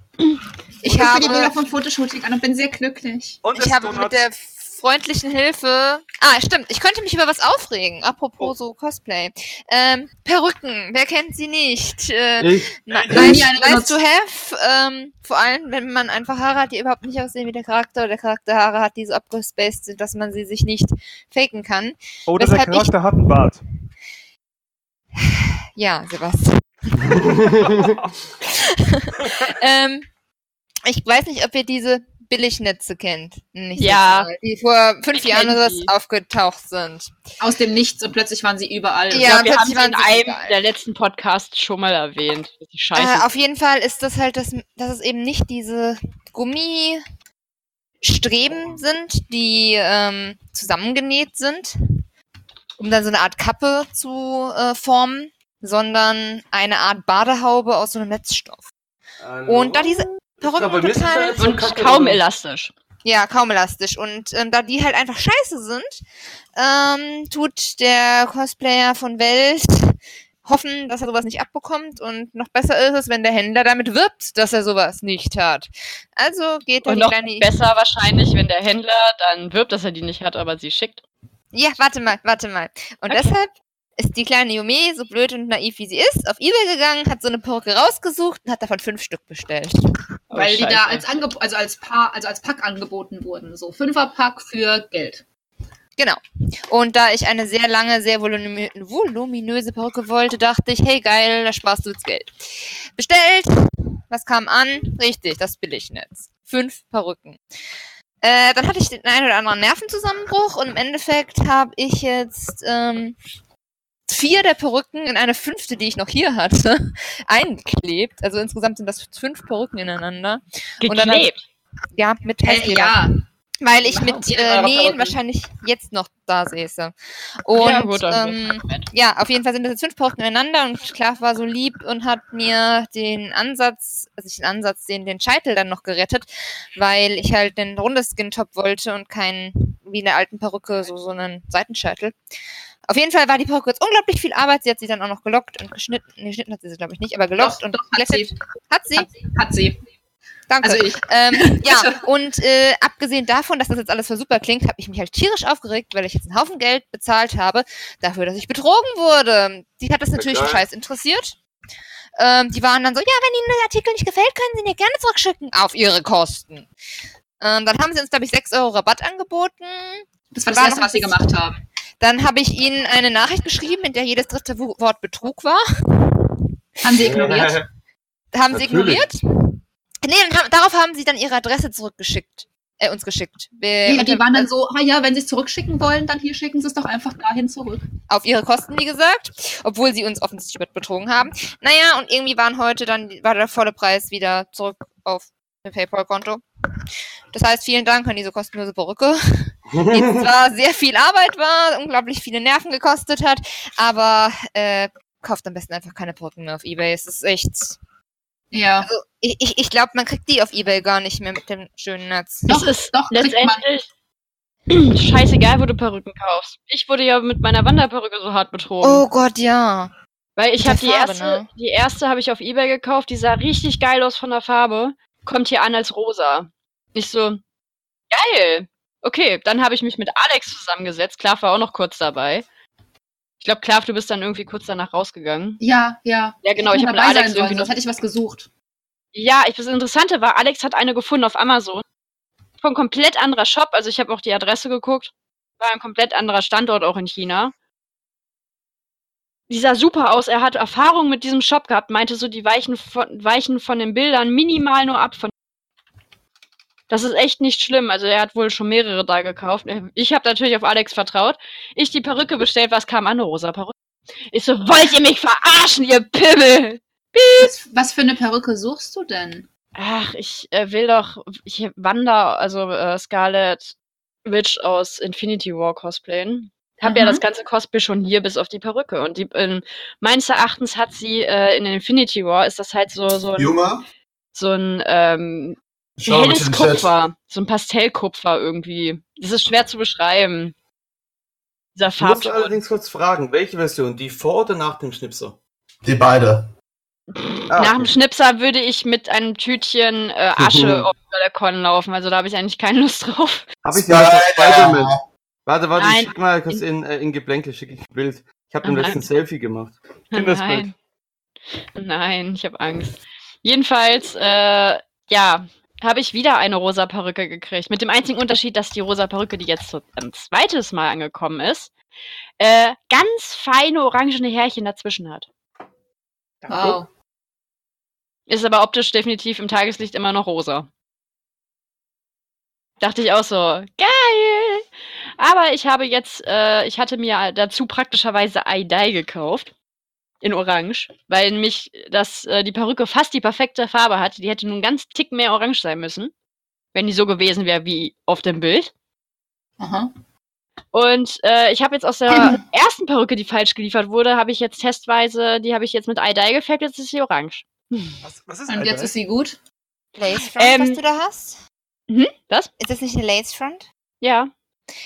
guck
Ich
mir die
habe-
Bilder vom Fotoshooting an und bin sehr glücklich.
Und
Ich
es
habe
Donuts.
mit der freundlichen Hilfe. Ah, stimmt. Ich könnte mich über was aufregen. Apropos
Oh.
so Cosplay. Ähm, Perücken. Wer kennt sie nicht? Äh,
Ich,
ni-
ich-
nice,
nie eine
nice
benutzt.
to have. Ähm, vor allem, wenn man einfach Haare hat, die überhaupt nicht aussehen wie der Charakter oder der Charakter Haare hat, die so abgespaced sind, dass man sie sich nicht faken kann.
Oh,
Oder
Weshalb
der
ich-
Charakter hat einen Bart.
Ja, Sebastian. ähm, ich weiß nicht, ob ihr diese Billignetze kennt. Nicht
Ja.
jetzt neu, Die vor fünf
Ich
Jahren
kenn
oder
die.
was aufgetaucht sind.
Aus dem Nichts und plötzlich waren sie überall.
Ja,
wir haben
plötzlich
sie in
waren sie
einem
egal.
der letzten Podcasts schon mal erwähnt. dass Die
Äh,
Scheiße.
auf jeden Fall ist das halt, das, dass es eben nicht diese Gummistreben sind, die ähm, zusammengenäht sind, um dann so eine Art Kappe zu äh, formen, sondern eine Art Badehaube aus so einem Netzstoff. (laughs) Und da diese
Ja, bei
Perücken
mir ist das
total
halt so
und
Kacke,
kaum
oder?
elastisch.
Ja, kaum elastisch. Und ähm, da die halt einfach scheiße sind, ähm, tut der Cosplayer von Welt hoffen, dass er sowas nicht abbekommt. Und noch besser ist es, wenn der Händler damit wirbt, dass er sowas nicht hat. Also geht da
Und
die
noch
kleine...
besser wahrscheinlich, wenn der Händler dann wirbt, dass er die nicht hat, aber sie schickt.
Ja, warte mal, warte mal. Und deshalb ist die kleine Yume, so blöd und naiv wie sie ist, auf Ebay gegangen, hat so eine Perücke rausgesucht und hat davon fünf Stück bestellt.
Oh,
Weil die da
Scheiße.
als Angeb also als Paar, also als Pack angeboten wurden. So Fünferpack für Geld.
Genau. Und da ich eine sehr lange, sehr volumö voluminöse Perücke wollte, dachte ich, hey geil, da sparst du jetzt Geld. Bestellt. Was kam an? Richtig, das Billignetz. Fünf Perücken. Äh, dann hatte ich den einen oder anderen Nervenzusammenbruch und im Endeffekt habe ich jetzt ähm, vier der Perücken in eine fünfte, die ich noch hier hatte, (laughs) eingeklebt. Also insgesamt sind das fünf Perücken ineinander. Und dann-
geklebt.
Ja, mit
Äh,
Heißkleber.
ja,
Weil ich
Überhaupt
mit
jeder
äh,
eure
Nähen
Perücken.
wahrscheinlich jetzt noch da
(laughs)
säße. Und
ja, gut, dann
ähm,
Moment.
ja, auf jeden Fall sind das jetzt fünf Perücken ineinander und Klaff war so lieb und hat mir den Ansatz, also nicht den Ansatz, den, den Scheitel dann noch gerettet, weil ich halt einen rundes Skin-Top wollte und keinen, wie in der alten Perücke, so, so einen Seitenscheitel. Auf jeden Fall war die Perücke jetzt unglaublich viel Arbeit. Sie hat sie dann auch noch gelockt und geschnitten. Nee, geschnitten hat sie, sie glaube ich, nicht, aber gelockt
doch,
und
doch, hat
glättet.
sie.
Hat sie.
Hat, hat sie.
Danke.
Also ich.
(laughs)
Ähm, ja, und äh, abgesehen davon, dass das jetzt alles so super klingt, habe ich mich halt tierisch aufgeregt, weil ich jetzt einen Haufen Geld bezahlt habe dafür, dass ich betrogen wurde. Die hat das natürlich einen
geil.
scheiß interessiert. Ähm, die waren dann so, ja, wenn Ihnen der Artikel nicht gefällt, können Sie ihn ja gerne zurückschicken. Auf Ihre Kosten. Ähm, dann haben sie uns, glaube ich, 6 Euro Rabatt angeboten.
Das war das
War
Erste,
noch
was sie
ein bisschen-
gemacht haben.
Dann habe ich ihnen eine Nachricht geschrieben, in der jedes dritte Wo- Wort Betrug war.
Haben sie ignoriert.
Haben sie
Natürlich. (laughs)
ignoriert? Nee, dann haben, darauf haben sie dann ihre Adresse zurückgeschickt. Äh, uns geschickt. Wir-
Die, die waren dann so, ah ja, wenn sie es zurückschicken wollen, dann hier schicken sie es doch einfach dahin zurück.
auf ihre Kosten, wie gesagt, obwohl sie uns offensichtlich mit betrogen haben. Naja, und irgendwie waren heute dann, war der volle Preis wieder zurück auf ihr PayPal-Konto. Das heißt, vielen Dank an diese kostenlose Perücke,
(laughs)
die zwar sehr viel Arbeit war, unglaublich viele Nerven gekostet hat, aber äh, kauft am besten einfach keine Perücken mehr auf Ebay. Es ist echt.
Ja.
Ich, ich, ich glaube, man kriegt die auf Ebay gar nicht mehr mit dem schönen Netz.
Doch,
es ist
doch, kriegt
letztendlich (clears throat) scheißegal, wo du Perücken kaufst. Ich wurde ja mit meiner Wanderperücke so hart betrogen.
Oh Gott, ja.
Weil ich
Mit
habe
der
die
Farbe,
erste,
ne?
die erste habe ich auf Ebay gekauft, die sah richtig geil aus von der Farbe. Kommt hier an als rosa. Ich so, geil. Okay, dann habe ich mich mit Alex zusammengesetzt. Klav war auch noch kurz dabei. Ich glaube, Klav, du bist dann irgendwie kurz danach rausgegangen.
Ja, ja.
Ja, genau, ich
Hätte
habe mit
dabei
Alex
sein sollen,
irgendwie
sonst
noch.
hätte ich was gesucht.
Ja, ich, das Interessante war, Alex hat eine gefunden auf Amazon. Von komplett anderer Shop, also ich habe auch die Adresse geguckt. War ein komplett anderer Standort auch in China. Die sah super aus, er hat Erfahrung mit diesem Shop gehabt, meinte so, die weichen von, weichen von den Bildern minimal nur ab. Von das ist echt nicht schlimm, also er hat wohl schon mehrere da gekauft. Ich habe natürlich auf Alex vertraut. Ich die Perücke bestellt, was kam an? Eine rosa Perücke. Ich so, wollt ihr mich verarschen, ihr Pimmel?
Was, was für eine Perücke suchst du denn?
Ach, ich äh, will doch ich Wanda, also äh, Scarlet Witch aus Infinity War cosplayen. Hab ja
Mhm.
das ganze Cosplay schon hier bis auf die Perücke. Und die, ähm, meines Erachtens hat sie äh, in Infinity War ist das halt so, so ein,
Juma,
so ein ähm,
schau mit
helles
dem Chat.
Kupfer. So ein Pastellkupfer irgendwie. Das ist schwer zu beschreiben. Dieser
Ich muss
Farbton.
(laughs)
allerdings kurz fragen, welche Version? Die vor oder nach dem Schnipsel?
Die beide.
Ah,
Nach dem
okay.
Schnipser würde ich mit einem Tütchen äh,
(laughs)
Asche auf der Con laufen. Also da habe ich eigentlich keine Lust drauf.
Hab ich gemacht, das Spider-Man. Warte, warte,
Nein.
ich schick mal kurz in, äh, in Geblänke, schick ich ein Bild. Ich habe
Oh
den
nein.
letzten Selfie gemacht.
Nein. Nein, ich habe Angst. Jedenfalls, äh, ja, habe ich wieder eine rosa Perücke gekriegt. Mit dem einzigen Unterschied, dass die rosa Perücke, die jetzt so ein zweites Mal angekommen ist, äh, ganz feine orangene Härchen dazwischen hat.
Wow.
Ist aber optisch definitiv im Tageslicht immer noch rosa. Dachte ich auch so, geil. Aber ich habe jetzt, äh, ich hatte mir dazu praktischerweise Eidei gekauft. In Orange, weil mich das, äh, die Perücke fast die perfekte Farbe hatte. Die hätte nun ganz tick mehr orange sein müssen, wenn die so gewesen wäre wie auf dem Bild.
Aha.
Und äh, ich habe jetzt aus der ersten Perücke, die falsch geliefert wurde, habe ich jetzt testweise, die habe ich jetzt mit Eidei gefärbt, jetzt ist sie orange.
Was, was ist
Und jetzt
Alter?
ist sie gut.
Lace Front,
Ähm,
was du da hast?
Mhm, was?
Ist das nicht eine Lace Front?
Ja,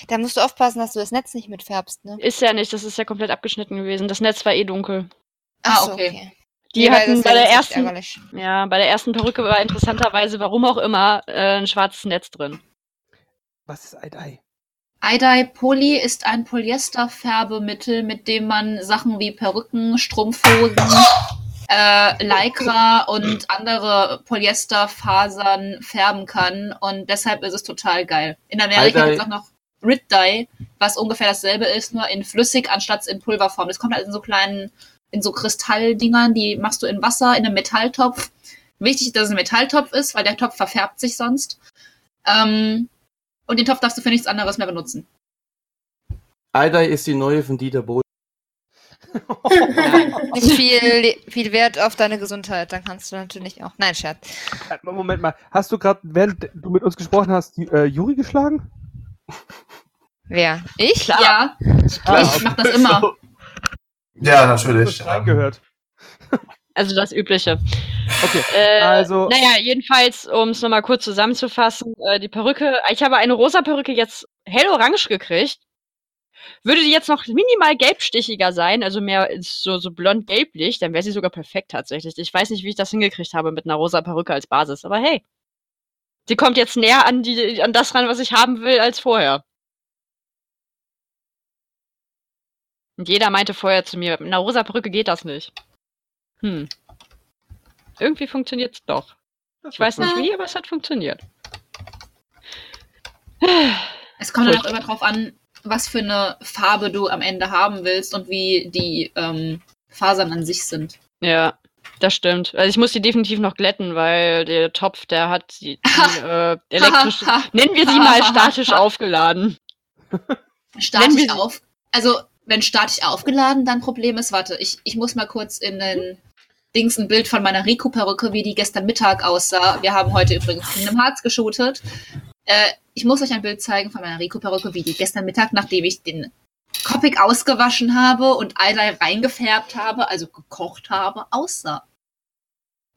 Da musst du aufpassen, dass du das Netz nicht mitfärbst, ne?
ist ja nicht, das ist ja komplett abgeschnitten gewesen. Das Netz war eh dunkel.
Ah,
Ach so,
okay.
Die
Nee, weil
hatten
das
bei der
ist echt
ersten,
ärgerlich.
ja, bei der ersten Perücke war interessanterweise, warum auch immer, äh, ein schwarzes Netz drin.
Was ist ein Ei?
Eidai Poly ist ein Polyesterfärbemittel, mit dem man Sachen wie Perücken, Strumpfhosen, äh, Lycra und andere Polyesterfasern färben kann. Und deshalb ist es total geil. In Amerika
Eidai-
gibt es auch noch Rid Dye, was ungefähr dasselbe ist, nur in flüssig anstatt in Pulverform. Das kommt halt in so kleinen, in so Kristalldingern, die machst du in Wasser, in einem Metalltopf. Wichtig, dass es ein Metalltopf ist, weil der Topf verfärbt sich sonst. Ähm, und den Topf darfst du für nichts anderes mehr benutzen.
Eidei ist die neue von Dieter Bohlen.
Nicht viel, viel Wert auf deine Gesundheit, dann kannst du natürlich auch. Nein, Scherz.
Äh, Moment mal, hast du gerade, während du mit uns gesprochen hast, die, äh, Juri geschlagen?
Wer? Ich?
Ja, ich mach das immer.
Ja,
Ich
natürlich.
Ah, hab reingehört.
Also das Übliche.
Okay,
Äh,
also,
Naja, jedenfalls, um es nochmal kurz zusammenzufassen, äh, die Perücke, ich habe eine rosa Perücke jetzt hellorange gekriegt. Würde die jetzt noch minimal gelbstichiger sein, also mehr ins- so, so blond-gelblich, dann wäre sie sogar perfekt tatsächlich. Ich weiß nicht, wie ich das hingekriegt habe mit einer rosa Perücke als Basis, aber hey. Die kommt jetzt näher an, die, an das ran, was ich haben will, als vorher. Und jeder meinte vorher zu mir, mit einer rosa Perücke geht das nicht. Hm. Irgendwie funktioniert's doch. Ich weiß nicht wie, aber es hat funktioniert.
Es kommt dann auch immer drauf an, was für eine Farbe du am Ende haben willst und wie die ähm, Fasern an sich sind.
Ja, das stimmt. Also ich muss die definitiv noch glätten, weil der Topf, der hat die, die äh, elektrische, nennen wir sie mal statisch aufgeladen. Nennen wir
statisch
sie-
auf. Also, wenn statisch aufgeladen dein Problem ist, warte, ich, ich muss mal kurz in den Dings ein Bild von meiner Rico-Perücke, wie die gestern Mittag aussah. Wir haben heute übrigens in einem Harz geshootet. Äh, ich muss euch ein Bild zeigen von meiner Rico-Perücke, wie die gestern Mittag, nachdem ich den Copic ausgewaschen habe und Eyeliner reingefärbt habe, also gekocht habe, aussah.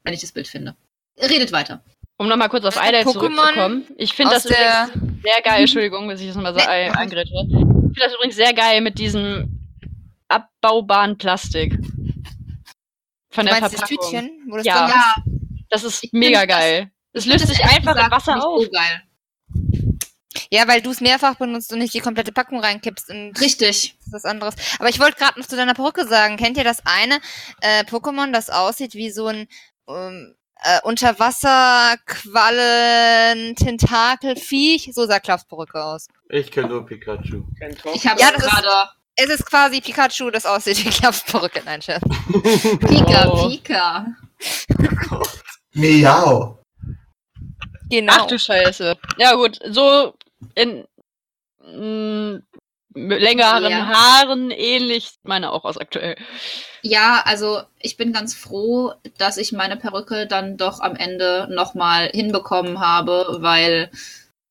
Wenn ich das Bild finde. Redet weiter.
Um nochmal kurz auf
Also
Eidel
Pokémon
zurückzukommen. Ich finde
Aus
das
der.
übrigens sehr geil, Entschuldigung, dass ich das nochmal so
Nee.
nee. angreife. Ich finde das übrigens sehr geil mit diesem abbaubaren Plastik. Von
Du
der
meinst das
Verpackung.
Tütchen, wo das
Ja.
drin ist?
Das ist
Ich find
mega
das-
geil. Es löst
Das
sich
ehrlich
einfach im
gesagt
Wasser
nicht
auf.
So geil.
Ja, weil du es mehrfach benutzt und nicht die komplette Packung reinkippst und
Richtig.
das ist was anderes. Aber ich wollte gerade noch zu deiner Perücke sagen. Kennt ihr das eine äh, Pokémon, das aussieht wie so ein ähm, äh, Unterwasserquallen, Tentakelviech? So sah Klaus Perücke aus.
Ich kenne nur Pikachu.
Ein Tor.
Ich habe
Ja, das ist-
gerade
Es ist quasi Pikachu, das aussieht wie Klaus Perücke. Nein, Scherz.
Pika
Oh.
Pika.
Miau.
Genau.
Ach du Scheiße. Ja gut, so in mm, mit längeren
Ja.
Haaren ähnlich sieht meine auch aus aktuell.
Ja, also ich bin ganz froh, dass ich meine Perücke dann doch am Ende nochmal hinbekommen habe, weil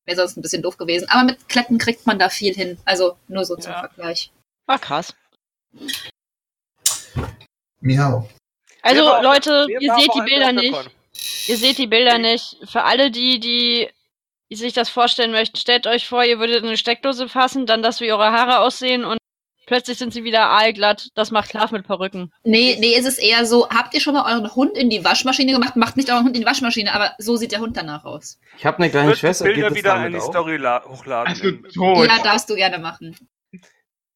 wäre sonst ein bisschen doof gewesen. Aber mit Kletten kriegt man da viel hin. Also nur so zum
Ja.
Vergleich.
War krass.
Miau.
Also
Wir waren-
Leute,
wir
ihr
waren
seht die
auch
Bilder
ein
nicht.
Leprechaun.
Ihr seht die Bilder nicht. Für alle die, die sich das vorstellen möchten, stellt euch vor, ihr würdet in eine Steckdose fassen, dann das wie eure Haare aussehen und plötzlich sind sie wieder aalglatt. Das macht Schlaf mit Perücken.
Nee, nee, ist es eher so, habt ihr schon mal euren Hund in die Waschmaschine gemacht? Macht nicht euren Hund in die Waschmaschine, aber so sieht der Hund danach aus.
Ich habe eine
Ich
kleine
würde
Schwester.
die Bilder
geht das
wieder
damit
in die
auch?
Story la- hochladen.
Also
Ähm,
Oh
tot.
Ja, darfst du gerne machen.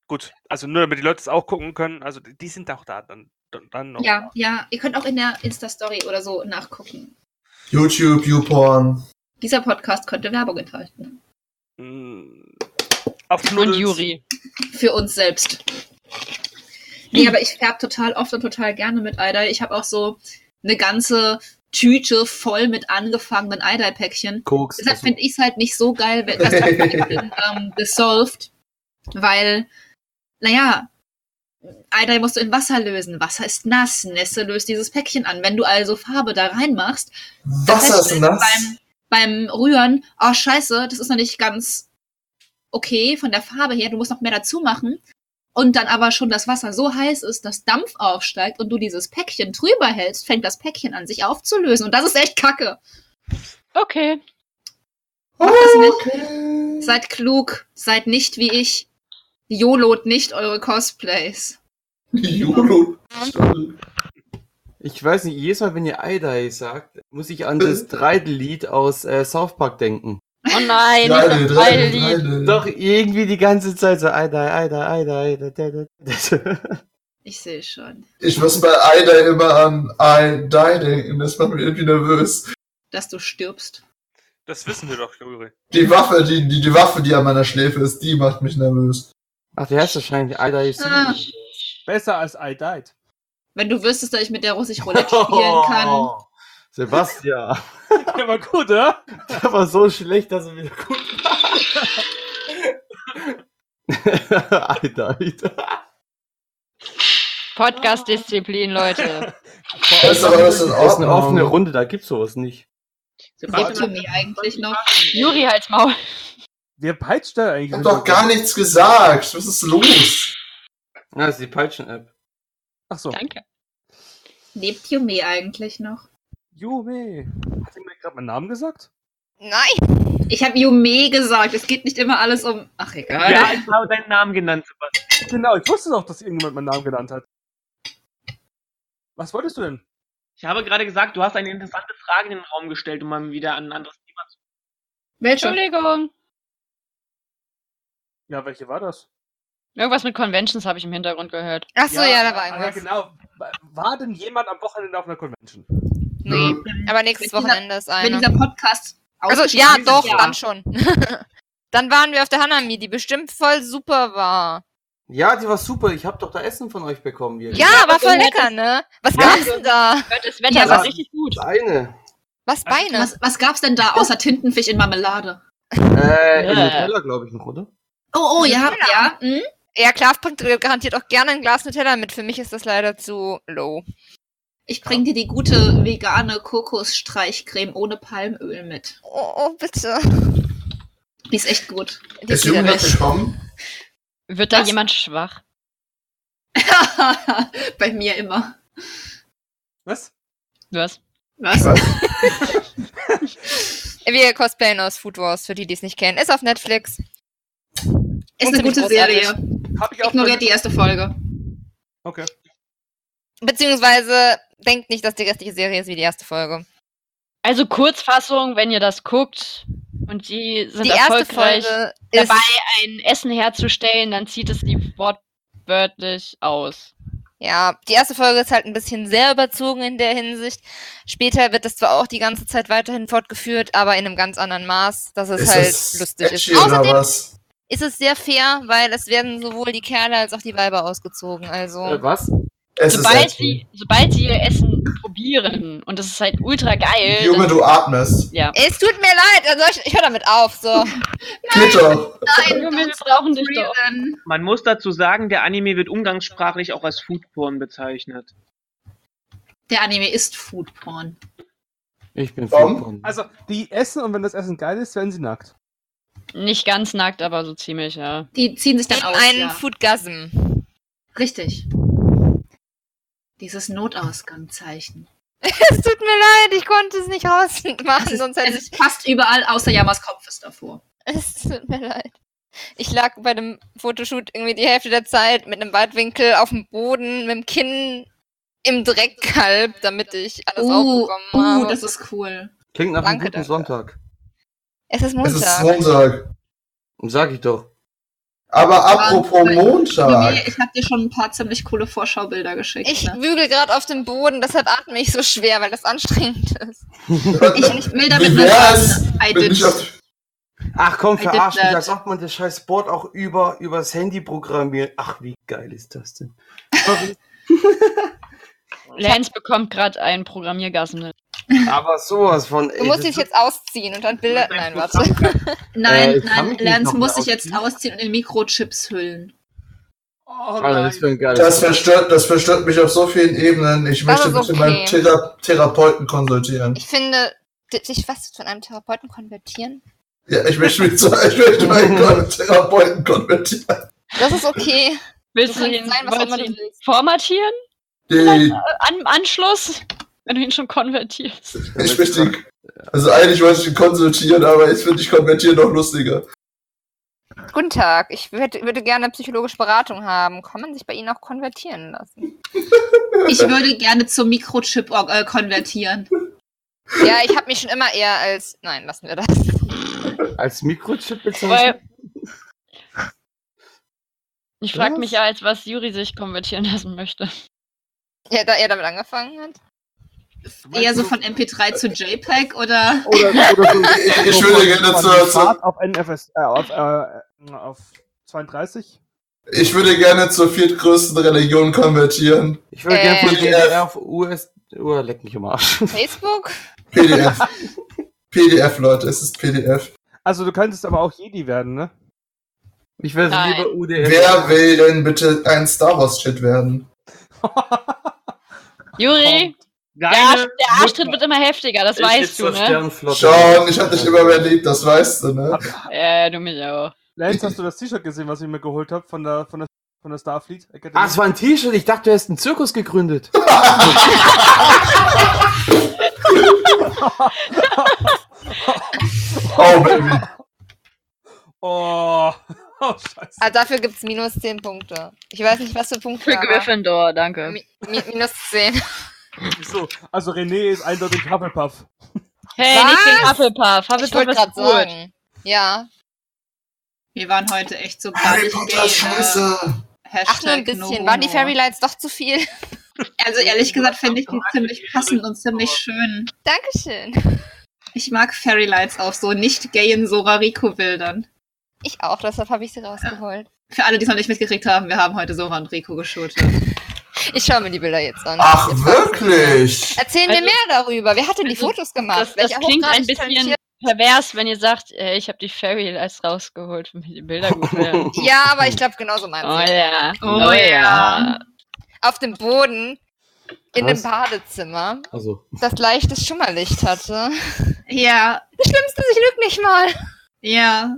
Gut, also nur damit die Leute es auch gucken können. Also die die sind auch da. Dann, dann- dann
Oh.
noch.
Ja, ja, ihr könnt auch in der Insta-Story oder so nachgucken.
YouTube, YouPorn.
Dieser Podcast könnte Werbung enthalten.
Mm, Auf
Und
Knuddels.
Juri.
Für uns selbst. Nee, aber ich färbe total oft und total gerne mit Eider. Ich habe auch so eine ganze Tüte voll mit angefangenen Eiderpäckchen.
Koks.
Deshalb
Also,
finde ich es halt nicht so geil, wenn das in ähm, Dissolved, weil, naja, Eider musst du in Wasser lösen. Wasser ist nass. Nässe löst dieses Päckchen an. Wenn du also Farbe da reinmachst, dann
Wasser ist
feststellst
nass.
Beim, beim Rühren, oh scheiße, das ist noch nicht ganz okay von der Farbe her, du musst noch mehr dazu machen. Und dann aber schon das Wasser so heiß ist, dass Dampf aufsteigt und du dieses Päckchen drüber hältst, fängt das Päckchen an, sich aufzulösen. Und das ist echt kacke.
Okay.
Macht das
Oh,
nicht. Seid klug, seid nicht wie ich. YOLOt nicht eure Cosplays.
Jolo.
ich weiß nicht, jedes Mal, wenn ihr Eidai sagt, muss ich an das Dreidel-Lied aus äh, South Park denken.
Oh nein, nicht
Dreidel,
das zweite
Dreidel,
Lied.
Dreidel.
Doch irgendwie die ganze Zeit so Eidai, Eidai, Eidai. da, da, da, da.
Ich sehe schon.
Ich muss bei Ida immer an I die denken, das macht mich irgendwie nervös.
Dass du stirbst.
Das wissen wir doch, Juri.
Die Waffe, die, die, die Waffe, die an meiner Schläfe ist, die macht mich nervös.
Ach, der heißt wahrscheinlich Eidai.
Ah,
Besser als I (laughs) died.
wenn du wüsstest, dass ich mit der russisch Roulette spielen
(laughs)
kann.
Sebastian, (laughs)
Der war gut, oder?
der war so schlecht, dass er wieder gut war. (laughs) Eidai.
Podcast-Disziplin, Leute.
Das ist aber alles in
Das ist eine offene
Ordnung.
Runde, da gibt's sowas nicht.
Lebt
Sebastian,
Yumi eigentlich noch?
Juri, halt's Maul.
Wer peitscht da eigentlich?
Ich hab doch gar nichts gesagt. Was ist los?
Ja, das ist die Peitschen-App.
Ach so.
Danke.
Lebt Yumi eigentlich noch?
Jume. Hat jemand gerade meinen Namen gesagt?
Nein.
Ich habe Yume gesagt. Es geht nicht immer alles um. Ach, egal.
ja, ich habe deinen Namen genannt, Sebastian.
Genau, ich wusste doch, dass irgendjemand meinen Namen genannt hat. Was wolltest du denn?
Ich habe gerade gesagt, du hast eine interessante Frage in den Raum gestellt, um mal wieder an ein anderes Thema zu
Welche?
Entschuldigung.
Ja, welche war das?
Irgendwas mit Conventions habe ich im Hintergrund gehört.
Ach so, ja, da war
ah, Ja,
irgendwas.
genau. War denn jemand am Wochenende auf einer Convention?
genau.
Nee.
Äh,
Aber nächstes
Mit dieser-
Wochenende ist
Wenn
eine.
dieser Podcast.
Also,
ausgestrahlt
ja,
wird,
doch,
ja.
dann schon. (laughs) dann waren wir auf der Hanami, die bestimmt voll super war.
Ja, die war super. Ich hab doch da Essen von euch bekommen. Hier.
Ja, war voll lecker, ne? Was
Ja.
gab's denn da?
Das Wetter
Ja,
war
aber-
richtig gut.
Das eine.
Was Beine?
Was, was gab's denn da außer Tintenfisch in Marmelade?
Äh,
Ja.
im Teller, glaube ich, noch, oder?
Oh, oh, ja,
Nutella.
ja. Hm?
Ja, klar, bringt garantiert auch gerne ein Glas Nutella mit. Für mich ist das leider zu low.
Ich bring dir die gute vegane Kokosstreichcreme ohne Palmöl mit.
Oh, oh bitte.
Die ist echt gut.
Die
Ist
ist
Jungen noch
widerlich.
gekommen?
Wird da
Was?
jemand schwach?
Bei mir immer.
Was?
Was?
Was?
Wir cosplayen aus Food Wars, für die, die es nicht kennen. Ist auf Netflix.
Ist eine
Ziemlich
gute
großartig.
Serie.
Hab ich auch.
Ignoriert die erste Folge.
Okay.
Beziehungsweise denkt nicht, dass die restliche Serie ist wie die erste Folge.
Also Kurzfassung, wenn ihr das guckt und die sind
die erste
erfolgreich
Folge ist.
dabei, ein Essen herzustellen, dann zieht es die wortwörtlich aus.
Ja, die erste Folge ist halt ein bisschen sehr überzogen in der Hinsicht. Später wird das zwar auch die ganze Zeit weiterhin fortgeführt, aber in einem ganz anderen Maß, dass es
Ist
halt
das
lustig
edgy
ist.
Oder
Außerdem
was?
ist es sehr fair, weil es werden sowohl die Kerle als auch die Weiber ausgezogen. Also
Äh, was?
Es
Sobald
ist halt
sie, sobald sie ihr Essen probieren und das ist halt ultra geil.
edgy. Junge,
dann-
du atmest.
ja.
es tut mir leid, also ich, ich höre damit auf. So,
Klitter.
Nein,
Junge, wir brauchen dich doch.
Freeman.
Man muss dazu sagen, der Anime wird umgangssprachlich auch als Foodporn bezeichnet.
Der Anime ist Foodporn.
Ich bin
Warum?
Foodporn.
Also, die essen und wenn das Essen geil ist, werden sie nackt.
Nicht ganz nackt, aber so ziemlich, ja.
Die ziehen sich dann
in
aus.
einen
ja.
Foodgasm.
Richtig. Dieses Notausgangzeichen.
Es tut mir leid, ich konnte es nicht
Es
rausmachen,
ist,
sonst hätte
es
ich.
ist fast überall, außer Yamas Kopf ist davor.
(laughs) Es tut mir leid. Ich lag bei dem Fotoshoot irgendwie die Hälfte der Zeit mit einem Weitwinkel auf dem Boden, mit dem Kinn im Dreck halb, damit ich alles
Uh,
aufbekommen
uh,
habe.
das ist cool.
Klingt nach einem
Danke,
guten
danke.
Sonntag.
es ist
Es ist
Montag.
Montag.
Sag ich doch.
Aber apropos
Nee,
Montag.
ich habe dir schon ein paar ziemlich coole Vorschaubilder geschickt.
ich
ne?
bügel gerade auf dem Boden, deshalb atme ich so schwer, weil das anstrengend ist.
ich,
(laughs)
ich will damit
Wie
nur
wär's,
sagen, I
wenn
did.
ich auf-
Ach komm,
I did
verarsch mich.
that.
Da sagt man das scheiß Sport auch über, übers Handy programmiert. Ach, wie geil ist das denn?
Lance bekommt gerade einen Programmiergassen.
Aber sowas von.
Du musst dich jetzt ausziehen und dann
Äh,
Bilder. Nein, warte.
Nein,
Äh, ich kann
nein,
mich nicht
Lenz
noch
muss sich
ausziehen.
jetzt ausziehen und in Mikrochips hüllen.
Oh Alter, das wäre ein geiles.
Das verstört, das verstört mich auf so vielen Ebenen. Ich
Das
möchte
ist
mich mit
okay.
meinem Thera Therapeuten konsultieren.
Ich finde, di- dich was von einem Therapeuten konvertieren.
Ja, ich möchte mich zu, ich möchte (laughs) meinen Therapeuten konvertieren.
Das
(laughs)
ist okay. Du
Willst du,
kannst
ihn,
sein, was
wolltest
immer
du
du
ihn
willst.
formatieren
Die,
äh, an, Anschluss, wenn du ihn schon konvertierst?
(laughs)
ich möchte ihn, also eigentlich wollte ich ihn konsultieren, aber ich finde ich konvertieren noch lustiger.
Guten Tag. Ich würd, würde gerne psychologische Beratung haben. Kann man sich bei Ihnen auch konvertieren lassen?
Ich würde gerne zum Mikrochip äh, konvertieren.
Ja, ich habe mich schon immer eher als. Nein, lassen wir das.
Als Mikrochip
Weil
bezeichnet?
ich frage mich ja jetzt, was Juri sich konvertieren lassen möchte.
Ja, da er damit angefangen hat.
Eher so von MP3 zu JPEG oder
Oder, oder
(laughs)
so,
Ich, ich würde gerne zur, zur,
Fahrt auf NFS, äh, auf, äh, auf 32.
ich würde gerne zur viertgrößten Religion konvertieren.
Ich würde gerne von
Äh.
DDR auf US. Uhr leck mich am Arsch. (laughs)
Facebook?
(laughs) PDF. PDF, Leute, es ist PDF.
Also du könntest aber auch Jedi werden, ne?
Ich werde
Nein.
lieber UDR.
Wer will denn bitte ein Star Wars-Shit werden?
Juri, der, Arsch,
Deine
der Arschtritt wird immer heftiger, das weißt du, ne?
Sternflotte.
Sean, ich hab dich immer überlebt, das weißt du, ne?
Ja, du mich auch.
Lenz, hast du das T-Shirt gesehen, was ich mir geholt habe von der, von der, von der Starfleet Academy?
Ah, es war ein T-Shirt. Ich dachte, du hättest einen Zirkus gegründet.
Oh, Baby.
Oh, (laughs) oh scheiße.
Ah, dafür gibt's minus 10 Punkte. Ich weiß nicht, was für Punkte.
Für
aber
Gryffindor, danke.
Mi mi minus 10.
So, also René ist eindeutig Hufflepuff.
Hey,
Was?
nicht gegen Hufflepuff.
Ich wollte
Hufflepuff
gerade
ist gut.
sagen. Ja.
wir waren heute echt so gar
Harry
nicht
Potter
gay,
ist scheiße.
äh, Hashtag
Ach, nur ein bisschen.
No
Waren die
homo.
Fairy Lights doch zu viel? (laughs)
Also ehrlich gesagt finde ich die ziemlich passend und
Oh.
ziemlich schön.
Dankeschön.
Ich mag Fairy Lights auf so nicht gayen Sorariko-Bildern.
Ich auch, deshalb habe ich sie rausgeholt.
Für alle, die es noch nicht mitgekriegt haben, wir haben heute Sora und Rico geshootet.
Ich schaue mir die Bilder jetzt an.
Ach,
Jetzt weiß ich's.
wirklich?
Erzähl mir
Also-
mehr darüber. Wer hat denn die
Also,
Fotos gemacht?
Das, das
Welcher
klingt ein
hochgradig
bisschen
talentiert-
pervers, wenn ihr sagt, äh, ich habe die Fairy Lights rausgeholt und mir die Bilder gut
(laughs)
werden.
Ja, aber ich genau glaube, genauso meint
Oh
sie.
ja.
Oh ja.
Auf dem Boden, in
Was?
dem Badezimmer,
Also,
das leichtes Schimmerlicht hatte.
Ja,
Schlimmste, ich lüg nicht mal.
ja.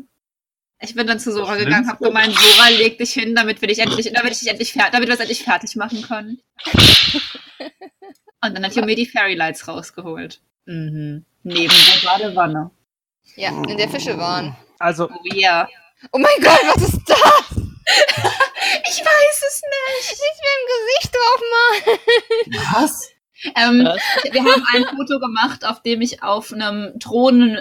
Ich bin dann zu Sora gegangen, habe gemeint, Sora, leg dich hin, damit wir dich endlich, damit ich dich endlich fer- damit wir es endlich fertig machen können. Und dann hat Yumi die Fairy Lights rausgeholt. Mhm. Neben der Badewanne.
Ja, in der Fische waren.
Also,
Oh ja.
Oh mein Gott, was ist (laughs) das?
Ich weiß es nicht.
Ich will ein Gesicht drauf machen.
was?
Ähm,
Was?
wir haben ein Foto gemacht, auf dem ich auf einem Thron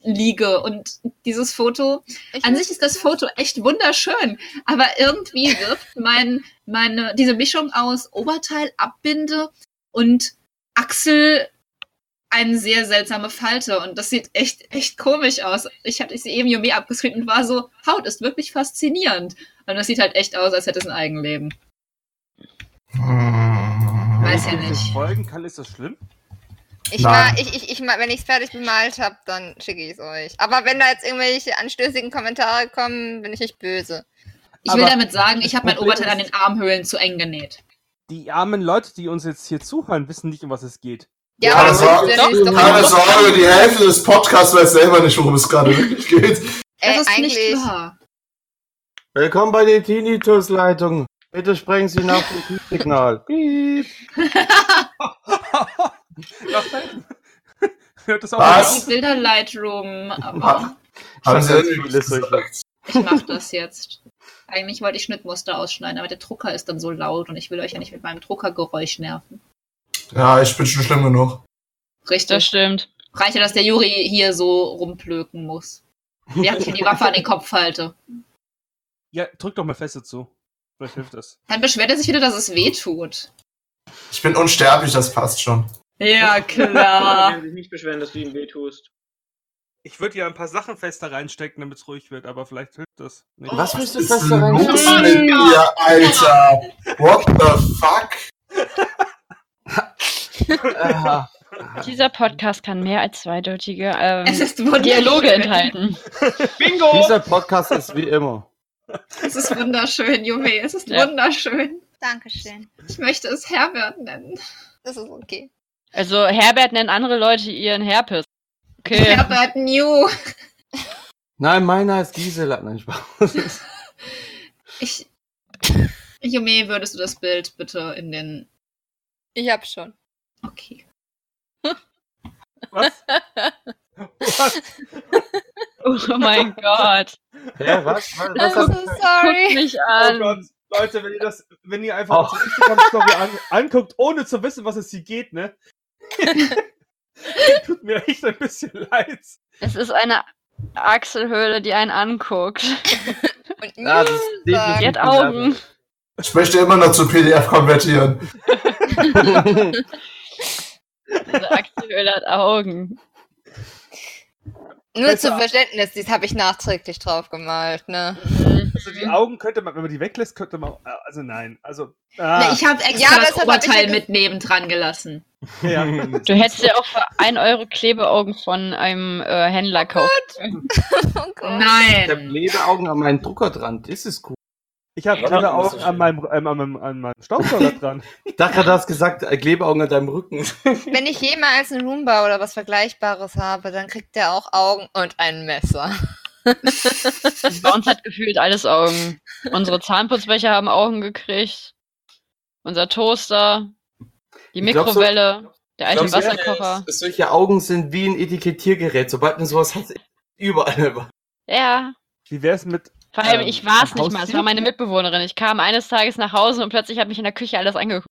liege. Und dieses Foto
Ich
An sich ist das Foto echt wunderschön, aber irgendwie wirft mein, meine, diese Mischung aus Oberteil, Abbinde und Achsel eine sehr seltsame Falte und das sieht echt, echt komisch aus. Ich hatte sie eben Yumi abgescreent und war so, Haut ist wirklich faszinierend. Und das sieht halt echt aus, als hätte es ein Eigenleben.
Hm.
Weiß ja
wenn ich
nicht.
folgen kann, ist das schlimm?
Ich mal, ich, ich, ich mal, wenn ich es fertig bemalt habe, dann schicke ich es euch. Aber wenn da jetzt irgendwelche anstößigen Kommentare kommen, bin ich nicht böse.
Ich will
Aber
damit sagen, ich habe mein
Problem
Oberteil an
ist-
den Armhöhlen zu eng genäht.
Die armen Leute, die uns jetzt hier zuhören, wissen nicht, um was es geht.
Ja,
aber
das
das
war-
ist ja nicht
Keine
doch.
Sorge, die Hälfte des Podcasts weiß selber nicht, worum es gerade wirklich geht.
Das
Äh,
ist
eigentlich.
nicht wahr.
Willkommen bei der Tinnitus-Leitung. Bitte sprengen Sie nach dem
(laughs)
Piepsignal. Piep.
(laughs) Hört das auch
Was?
Die Bilder Lightroom, aber...
Ha-
Ich
Haben Sie
hab ganz
irgendwie
vieles
gesagt?
durchdacht.
Ich mache das jetzt. Eigentlich wollte ich Schnittmuster ausschneiden, aber der Drucker ist dann so laut und ich will euch ja nicht mit meinem Druckergeräusch nerven.
Ja, ich bin schon schlimm genug.
Das
Richtig.
stimmt.
Reicht ja, dass der Juri hier so rumplöken muss. Während ich ihm die Waffe an den Kopf halte.
Ja, drück doch mal fest dazu. Vielleicht hilft das.
Dann beschwert er sich wieder, dass es weh tut.
Ich bin unsterblich, das passt schon.
Ja,
Ich will sich nicht beschweren, dass du ihm wehtust.
Ich würde ja ein paar Sachen fester reinstecken, damit es ruhig wird, aber vielleicht hilft das nicht.
Was müsstest du
Was ist
da rein?
los mit dir, Alter? What the fuck?
Aha.
Dieser Podcast kann mehr als zweideutige
Es
ähm,
ist wunderschön.
Dialoge enthalten.
Bingo!
Dieser Podcast ist wie immer.
Es ist wunderschön, Junge. Es ist
Ja.
wunderschön.
Dankeschön.
Ich möchte es Herbert nennen.
Das ist okay.
Also Herbert nennt andere Leute ihren Herpes. Okay.
Herbert New.
Nein, meiner ist Gisela. Nein, Spaß.
Ich. Jume, würdest du das Bild bitte in den.
Ich hab schon.
Okay.
Was? Was?
(laughs) Oh
(laughs)
mein Gott.
Hä, was? Was, was
I'm
hast
so
Guck
sorry.
mich
Oh
an.
Gott. Leute, wenn ihr das, wenn ihr einfach
Oh.
unsere Instagram-Story an, anguckt, ohne zu wissen, was es hier geht,
(laughs)
ne? (laughs) Tut mir echt ein bisschen leid.
es ist eine Achselhöhle, die einen anguckt.
Und
Ja, das ist
Nils sagt,
Die hat
definitiv
Augen.
Ich möchte immer noch zu PDF konvertieren.
du?
Diese Achselhöhle hat Augen.
nur zum Verständnis, dies habe ich nachträglich drauf gemalt, ne?
Mhm.
Also die Augen könnte man, wenn man die weglässt, könnte man. Also nein. Also. Ah,
Nee, ich habe
Ja,
extra das
deshalb hab ich ja
Oberteil
ge-
mit nebendran gelassen.
ja.
Du hättest ja auch für 1 Euro Klebeaugen von einem äh, Händler kaufen.
(laughs) Oh Gott.
Ich habe
Nein.
Lebeaugen an meinen Drucker dran. Das ist cool.
Ich habe
Ja,
gerade
das ist
auch an
so schön.
meinem, ähm, an meinem, an meinem Staubsauger dran.
Ich dachte, gerade, du hast gesagt, äh, Klebeaugen an deinem Rücken.
Wenn ich jemals einen Roomba oder was Vergleichbares habe, dann kriegt der auch Augen und ein Messer.
Bei uns hat gefühlt alles Augen. Unsere Zahnputzbecher haben Augen gekriegt. Unser Toaster. Die
Ich glaub so-
Mikrowelle. der alte
glaub so-
Wasserkocher.
Solche Augen sind wie ein Etikettiergerät. Sobald man sowas hat, überall was.
Ja.
Wie wär's mit.
Vor allem,
Ähm,
ich war es nicht
ein
mal. Es
Haustier?
war meine Mitbewohnerin. Ich kam eines Tages nach Hause und plötzlich hat mich in der Küche alles angeguckt.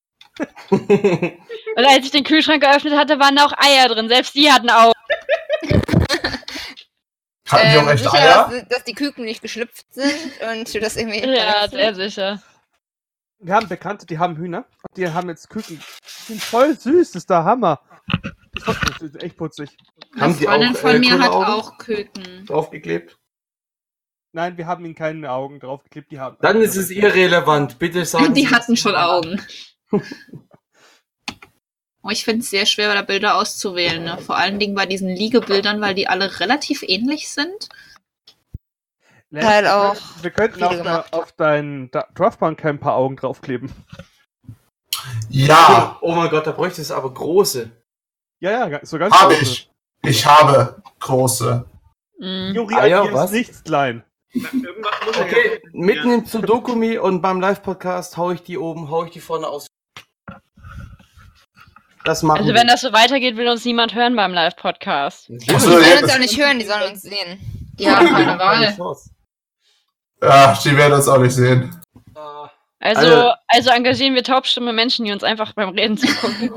Und als ich den Kühlschrank geöffnet hatte, waren da auch Eier drin. Selbst die hatten Augen.
Hatten die auch echt
Ähm, sicher,
Eier?
Dass, dass die Küken nicht geschlüpft sind und du das irgendwie.
(laughs) Ja,
hinterlässt.
sehr sicher.
Wir haben Bekannte, die haben Hühner. Und die haben jetzt Küken. Die sind voll süß, das ist der Hammer. Das ist- das ist echt putzig.
Eine Freundin von
äh,
mir
coole
hat
Augen
auch Küken. (laughs)
(laughs) draufgeklebt?
Nein, wir haben ihnen keine Augen draufgeklebt. Die haben.
Dann ist es irrelevant. Bitte sagen
Die
Sie-
hatten schon
(laughs)
Augen. Oh, ich finde es sehr schwer, da Bilder auszuwählen. Ne? Vor allen Dingen bei diesen Liegebildern, weil die alle relativ ähnlich sind.
Nee,
Teil
wir
auch
könnten- Wir könnten
viele
auf, da,
gemacht.
auf deinen da- Draftbank ein paar Augen draufkleben.
Ja,
Oh mein Gott, da bräuchte es aber große.
Ja, ja, so ganz
habe
große.
ich. Ich habe große.
Mhm.
Juri,
Ah ja,
an dir
was?
ist nichts klein.
(laughs)
Okay, mitten im Sudokumi und beim Live-Podcast hau ich die oben, hau ich die vorne aus. Das machen
Also, wenn das so weitergeht, will uns niemand hören beim Live-Podcast.
Achso,
Die sollen
jetzt-
uns auch nicht hören, die sollen uns sehen.
Ja,
(laughs)
keine Wahl.
Also,
Ach, die werden das auch nicht sehen.
Also,
Also-
also engagieren wir taubstumme Menschen, die uns einfach beim Reden zugucken.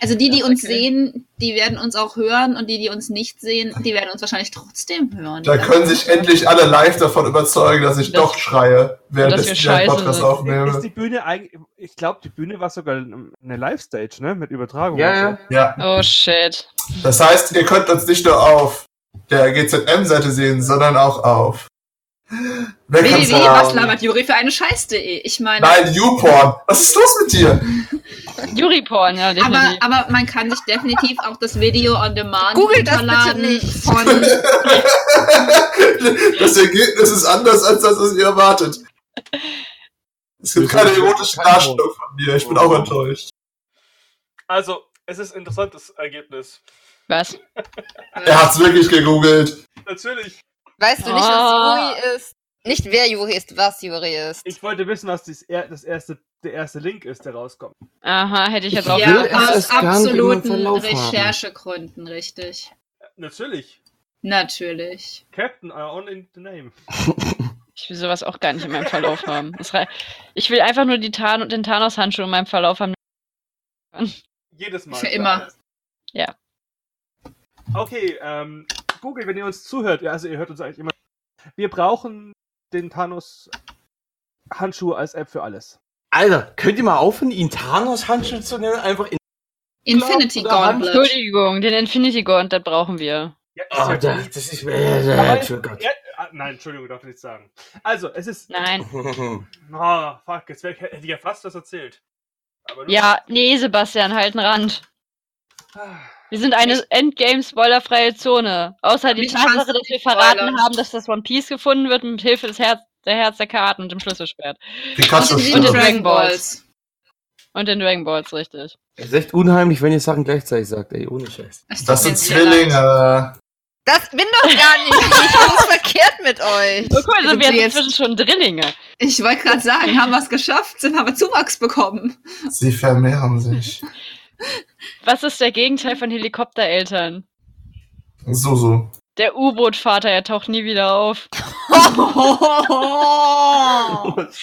Also die,
Das
die
ist
uns
okay.
sehen, die werden uns auch hören und die, die uns nicht sehen, die werden uns wahrscheinlich trotzdem hören.
Da können sich endlich alle live davon überzeugen, dass ich
Das-
doch schreie, während
dass
ich
wir
den
scheiße
Podcast
sind.
aufnehme.
Ist die Bühne eigentlich. Ich glaube, die Bühne war sogar eine Live-Stage, ne? Mit Übertragung.
Äh, Ja,
und so.
ja.
Ja,
Oh shit.
das heißt, ihr könnt uns nicht nur auf der GZM-Seite sehen, sondern auch auf. Wer kann's
www.
sagen?
Was labert Juri für eine Scheiß.de? Ich meine,
Nein, YouPorn. Was ist los mit dir?
(laughs)
Juri-Porn, ja,
aber,
definitiv.
aber man kann sich definitiv auch das Video on Demand
Googelt das bitte nicht.
von
Das Ergebnis ist anders als das, was ihr erwartet. Es gibt
Wir
keine
sind-
erotischen
kein
Darstellungen von mir. Ich bin auch enttäuscht.
Also, es ist ein interessantes Ergebnis.
Was?
Er hat's wirklich gegoogelt.
Natürlich.
Weißt du nicht,
Ah.
was Juri ist? Nicht wer Juri ist, was Juri ist.
Ich wollte wissen, was dies, er- das erste, der erste Link ist, der rauskommt.
Aha, hätte ich jetzt auch
will
ja.
ja,
es
aus
erst gar nicht in
absoluten
meinem Verlauf haben.
Recherchegründen, richtig.
Natürlich.
Natürlich.
Captain, I own in the name.
Ich will sowas auch gar nicht in meinem Verlauf haben. Das rei- ich will einfach nur die Tan und den Thanos-Handschuh in meinem Verlauf haben.
Jedes Mal.
Für immer.
Ja.
Okay, ähm, Google, wenn ihr uns zuhört, ja, also ihr hört uns eigentlich immer. Wir brauchen den Thanos Handschuh als App für alles.
Alter, könnt ihr mal aufhören, ihn Thanos Handschuh zu nennen? Einfach in
Infinity
Glaubst du daran?
Gauntlet.
Entschuldigung, den Infinity Gauntlet brauchen wir.
Ja, ist
oh,
ja
das,
gut.
das ist
Aber-
äh, Gott.
Ja, ah, nein, Entschuldigung, darf ich nicht sagen. Also, es ist.
Nein.
Oh, fuck, jetzt wär- hätte ich ja fast was erzählt. Aber nur-
Ja, nee, Sebastian, halt einen Rand. Wir sind eine Endgame-spoilerfreie Zone. Außer die
Mich kannst
Tatsache,
du
dass wir
nicht
verraten
spoilern.
haben, dass das One Piece gefunden wird mit Hilfe des Herz, der Herz der Karten und dem Schlüsselschwert.
Pikachu
Und in
stimmt.
den
stimmt.
Dragon Balls.
Und den Dragon Balls, richtig.
Es ist echt unheimlich, wenn ihr Sachen gleichzeitig sagt, ey, ohne Scheiß.
Es tut
Das
mir
sind
sehr leid.
Zwillinge.
Das bin doch gar nicht. Ich
(laughs)
was verkehrt mit euch.
Oh cool, sind
Sind
wir
sie
jetzt
jetzt-
inzwischen schon Drillinge.
Ich wollte gerade sagen, haben wir es geschafft, sind, haben wir Zuwachs bekommen.
Sie vermehren sich.
Was ist der Gegenteil von Helikoptereltern?
So, so.
Der U-Boot-Vater, er taucht nie wieder auf. (laughs)
Oh.
(laughs)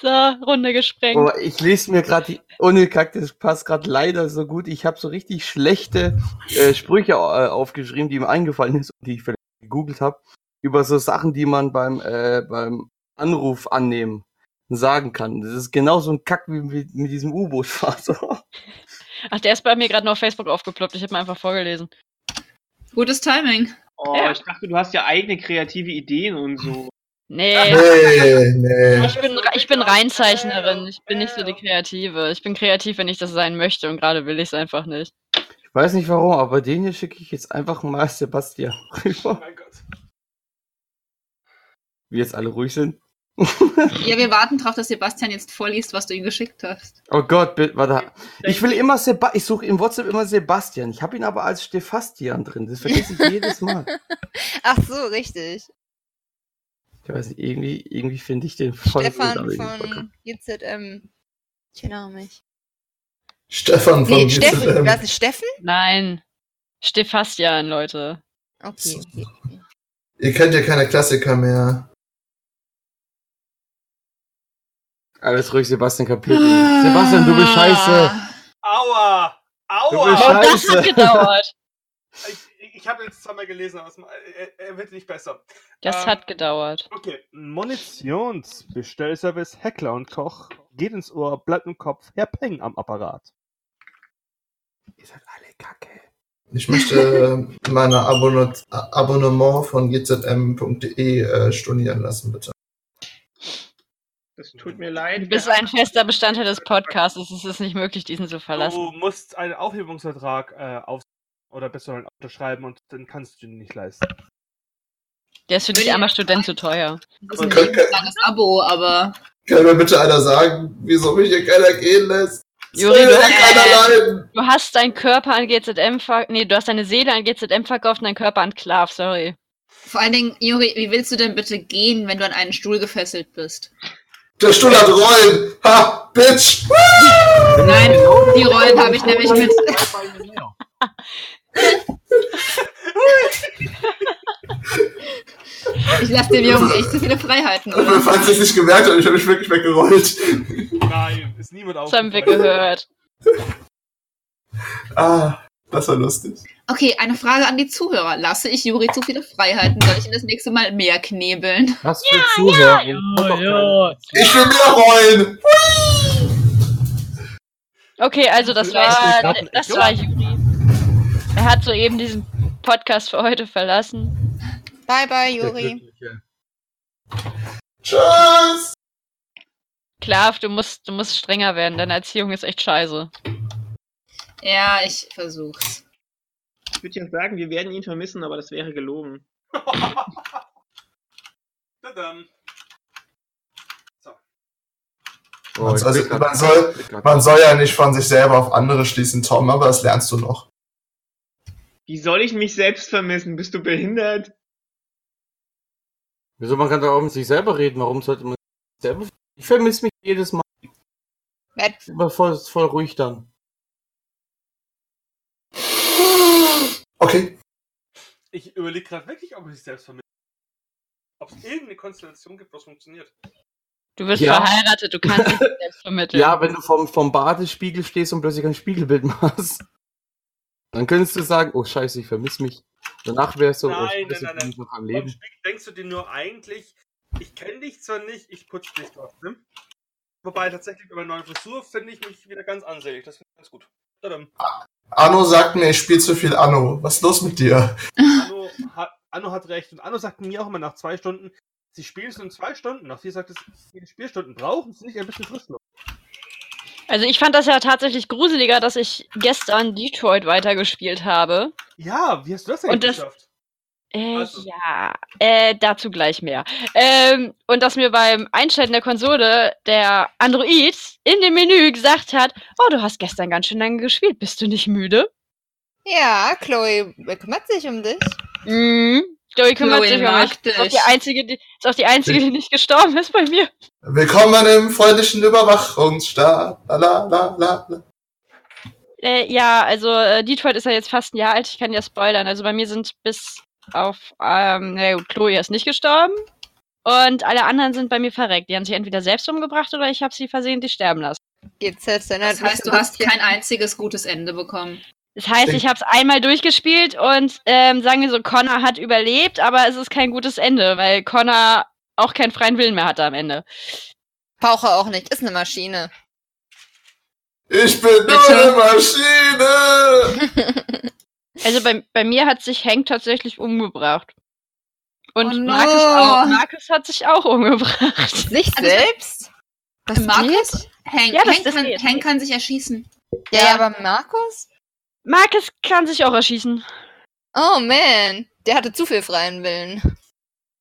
So, Runde gesprengt.
Oh.
Boah, ich lese mir gerade die. Ohne Kack, das passt gerade leider so gut. Ich habe so richtig schlechte äh, Sprüche äh, aufgeschrieben, die mir eingefallen ist und die ich vielleicht gegoogelt habe. Über so Sachen, die man beim, äh, beim Anruf annehmen sagen kann. Das ist genauso ein Kack wie mit, mit diesem U-Boot-Vater.
Ach, der ist bei mir gerade nur auf Facebook aufgeploppt. Ich habe mir einfach vorgelesen.
Gutes Timing.
Oh,
Ja.
ich dachte, du hast ja eigene kreative Ideen und so.
Nee,
Nee, nee.
ich bin, ich bin Reinzeichnerin. Ich bin nicht so die Kreative. Ich bin kreativ, wenn ich das sein möchte und gerade will ich es einfach nicht.
Ich weiß nicht warum, aber den hier schicke ich jetzt einfach mal Sebastian rüber.
Mein Gott.
Wie jetzt alle ruhig sind.
Ja, wir warten drauf, dass Sebastian jetzt vorliest, was du ihm geschickt hast.
Oh Gott, bitte, warte. Ich will immer Seba ich suche in WhatsApp immer Sebastian. Ich habe ihn aber als Stefastian drin. Das vergesse ich jedes Mal.
Ach so, richtig.
Ich weiß nicht, irgendwie, irgendwie finde ich den voll gut,
Stefan
aber irgendwie voll
von GZM. Ich erinnere mich.
Stefan von
Nee, Steffen.
GZM.
Das ist Steffen?
Nein. Stefastian, Leute.
Okay. okay, okay.
Ihr kennt ja keine Klassiker mehr.
kacke. Alles ruhig, Sebastian kapiert ihn. Sebastian, du
Ah.
bist scheiße.
Aua!
Du bist
Aua!
Oh, das hat
Scheiße.
gedauert.
Ich, ich habe jetzt zweimal gelesen, aber es- er, er wird nicht besser.
Das hat gedauert.
Okay. Munitionsbestellservice Heckler und Koch. Geht ins Ohr, bleibt im Kopf, Herr Peng am Apparat.
Ihr seid alle kacke.
Ich möchte äh, meine Abonne Abonnement von gzm.de äh, stornieren lassen, bitte.
Das tut mir leid.
Du bist ein fester Bestandteil des Podcasts. Es ist nicht möglich, diesen zu verlassen.
Du musst einen Aufhebungsvertrag äh, auf oder besser einen unterschreiben und dann kannst du ihn nicht leisten.
Der ist für dich armer Student zu teuer.
Das ist ein
Okay.
lebenslanges Abo, aber
Kann mir bitte einer sagen, wieso mich hier keiner gehen lässt? Es
Juri,
will
du-
ja keiner leiden.
Du hast deinen Körper an GZM verkauft. Nee, du hast deine Seele an GZM verkauft und deinen Körper an Klav, sorry.
vor allen Dingen, Juri, wie willst du denn bitte gehen, wenn du an einen Stuhl gefesselt bist?
Der Stuhl hat Rollen. Ha, Bitch.
Nein, die Rollen habe ich nämlich mit. Ich lasse dem Jungen echt zu viele Freiheiten. Oder?
Falls ihr es nicht gemerkt habt, ich habe mich wirklich weggerollt.
Nein, ist niemand auf.
Das haben wir gehört.
Ah, das war lustig.
Okay, eine Frage an die Zuhörer. Lasse ich Juri zu viele Freiheiten? Soll ich ihn das nächste Mal mehr knebeln?
Was für Zuhörer. Ja,
Ich will mehr rollen.
Okay, also das
Vielleicht
war,
nicht grad-
das war Juri. Er hat soeben diesen Podcast für heute verlassen.
Bye, bye,
ja.
Juri.
Tschüss.
Klav, du musst, du musst strenger werden. Deine Erziehung ist echt scheiße.
Ja, ich versuch's.
Ich würde ja sagen, wir werden ihn vermissen, aber das wäre gelogen.
Tadam.
Oh, ich
Also,
bin grad-
man soll-
ich bin grad-
Man soll ja nicht von sich selber auf andere schließen, Tom, aber das lernst du noch.
Wie soll ich mich selbst vermissen? Bist du behindert?
Wieso, man kann doch auch mit sich selber reden. Warum sollte man sich selber... Ich vermisse mich jedes Mal.
Wer-
Ich bin immer voll, voll ruhig dann.
Okay.
Ich überlege gerade wirklich, ob ich es selbst vermisse. Ob es irgendeine Konstellation gibt, was funktioniert.
Du bist
Ja.
verheiratet, du kannst
(laughs)
dich nicht selbst vermitteln.
Ja, wenn du vom, vom Badespiegel stehst und plötzlich kein Spiegelbild (laughs) machst, dann könntest du sagen, oh scheiße, ich vermisse mich. Danach wärst du
Nein,
oh,
nein,
scheiße,
nein,
bin
nein.
ich noch am
Beim
Leben.
Spiegel denkst du dir nur eigentlich, ich kenne dich zwar nicht, ich putze dich trotzdem. Wobei tatsächlich bei meiner neuen Frisur finde ich mich wieder ganz ansehnlich. Das finde ich ganz gut. Tadam.
Anno sagt mir, ich spiele zu viel Anno. Was ist los mit dir?
Anno hat, Anno hat recht. Und Anno sagt mir auch immer nach zwei Stunden, sie spielen es in zwei Stunden. Nach vier sagt es, die Spielstunden brauchen sie nicht ein bisschen Frist noch.
Also ich fand das ja tatsächlich gruseliger, dass ich gestern Detroit weitergespielt habe.
Ja, wie hast du das denn
Und das-
geschafft?
Äh,
Also.
Ja, äh, dazu gleich mehr. Ähm, und dass mir beim Einschalten der Konsole der Android in dem Menü gesagt hat, oh, du hast gestern ganz schön lange gespielt, bist du nicht müde?
Ja, Chloe kümmert sich um dich.
Mhm. Chloe kümmert
Chloe
sich um
mag
mich. Ist auch die
dich.
einzige, die, ist auch die einzige, die nicht gestorben ist bei mir.
Willkommen im freundlichen Überwachungsstaat. La, la, la, la, la.
Äh, ja, also äh, Detroit ist ja jetzt fast ein Jahr alt, ich kann ja spoilern. Also bei mir sind bis auf, ähm, na gut, Chloe ist nicht gestorben. Und alle anderen sind bei mir verreckt. Die haben sich entweder selbst umgebracht oder ich habe sie versehentlich sterben lassen.
Jetzt selbst erinnert
Das heißt, du hast kein einziges gutes Ende bekommen.
Das heißt, ich habe es einmal durchgespielt und ähm, sagen wir so, Connor hat überlebt, aber es ist kein gutes Ende, weil Connor auch keinen freien Willen mehr hatte am Ende.
Pauche auch nicht. Ist eine Maschine.
Ich bin nur
Bitte?
eine Maschine.
Also bei, bei mir hat sich Hank tatsächlich umgebracht. Und
Oh no.
Marcus, auch, Marcus hat sich auch
(laughs)
umgebracht.
Sich
Also-
selbst? Das
Markus?
geht?
Hank,
Ja, das-
Hank,
das
kann,
geht.
Hank kann sich erschießen.
Ja.
Ja, ja, aber Markus?
Marcus kann sich auch erschießen.
Oh man, der hatte zu viel freien Willen.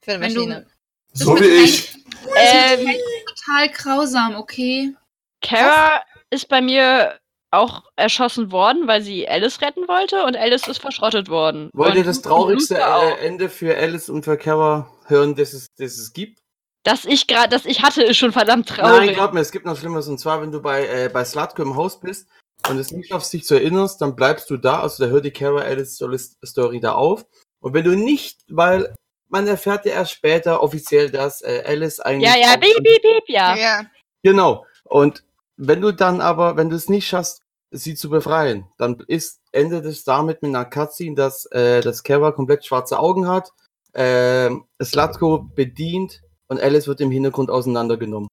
Für eine
Wenn du-
Maschine.
Das
So
mit
wie
Hank-
ich.
Das
Ähm,
ist total grausam, okay?
Kara ist bei mir auch erschossen worden, weil sie Alice retten wollte und Alice ist verschrottet worden.
Wollt
und
ihr das traurigste
Luke auch.
äh, Ende für Alice und für Kara hören, das es, das es gibt?
Das ich gerade, das ich hatte, ist schon verdammt
Nein,
traurig.
glaub mir, es gibt noch Schlimmeres. Und zwar, wenn du bei, äh, bei Slatko im Haus bist und es nicht schaffst, dich zu erinnerst, dann bleibst du da. Also da hört die Kara Alice Story- Story da auf. Und wenn du nicht, weil man erfährt ja erst später offiziell, dass äh, Alice eigentlich...
ja, ja,
auch-
piep, piep, piep, ja.
Ja.
Genau. Und wenn du dann aber, wenn du es nicht schaffst, sie zu befreien, dann ist, endet es damit mit einer Cutscene, dass, äh, dass Kara komplett schwarze Augen hat, ähm, Slatko bedient und Alice wird im Hintergrund auseinandergenommen.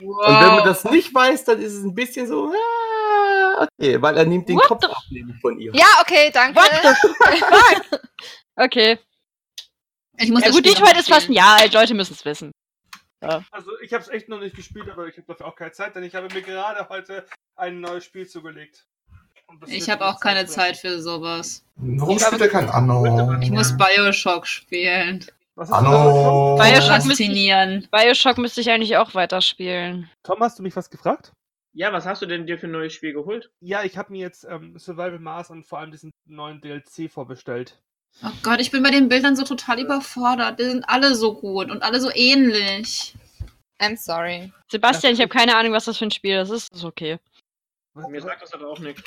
Und wenn man das nicht weiß, dann ist es ein bisschen so, ah, okay, weil er nimmt den
What
Kopf
the-
ab nämlich von ihr.
Ja, okay, danke.
What the fuck? Okay.
Ich muss
Ja,
das
gut,
Spiel
Detroit
noch
ist fast ein
spielen.
Jahr alt, Leute müssen es wissen.
Also ich habe es echt noch nicht gespielt, aber ich habe dafür auch keine Zeit, denn ich habe mir gerade heute ein neues Spiel zugelegt. Und das
Ich
wird
habe
mir
auch keine
lassen.
Zeit für sowas.
Warum spielt er kein Anno?
Ich muss Bioshock spielen.
Was ist Hallo.
Oh.
Anno.
Bioshock müsste ich-
Faszinieren.
Bioshock müsste ich eigentlich auch weiterspielen.
Tom, hast du mich was gefragt?
Ja, was hast du denn dir für ein neues Spiel geholt?
Ja, ich habe mir jetzt ähm, Survival Mars und vor allem diesen neuen DLC vorbestellt.
Oh Gott, ich bin bei den Bildern so total überfordert. Die sind alle so gut und alle so ähnlich.
I'm sorry.
Sebastian, ich habe keine Ahnung, was das für ein Spiel ist. Das ist okay.
Mir sagt das aber auch nichts.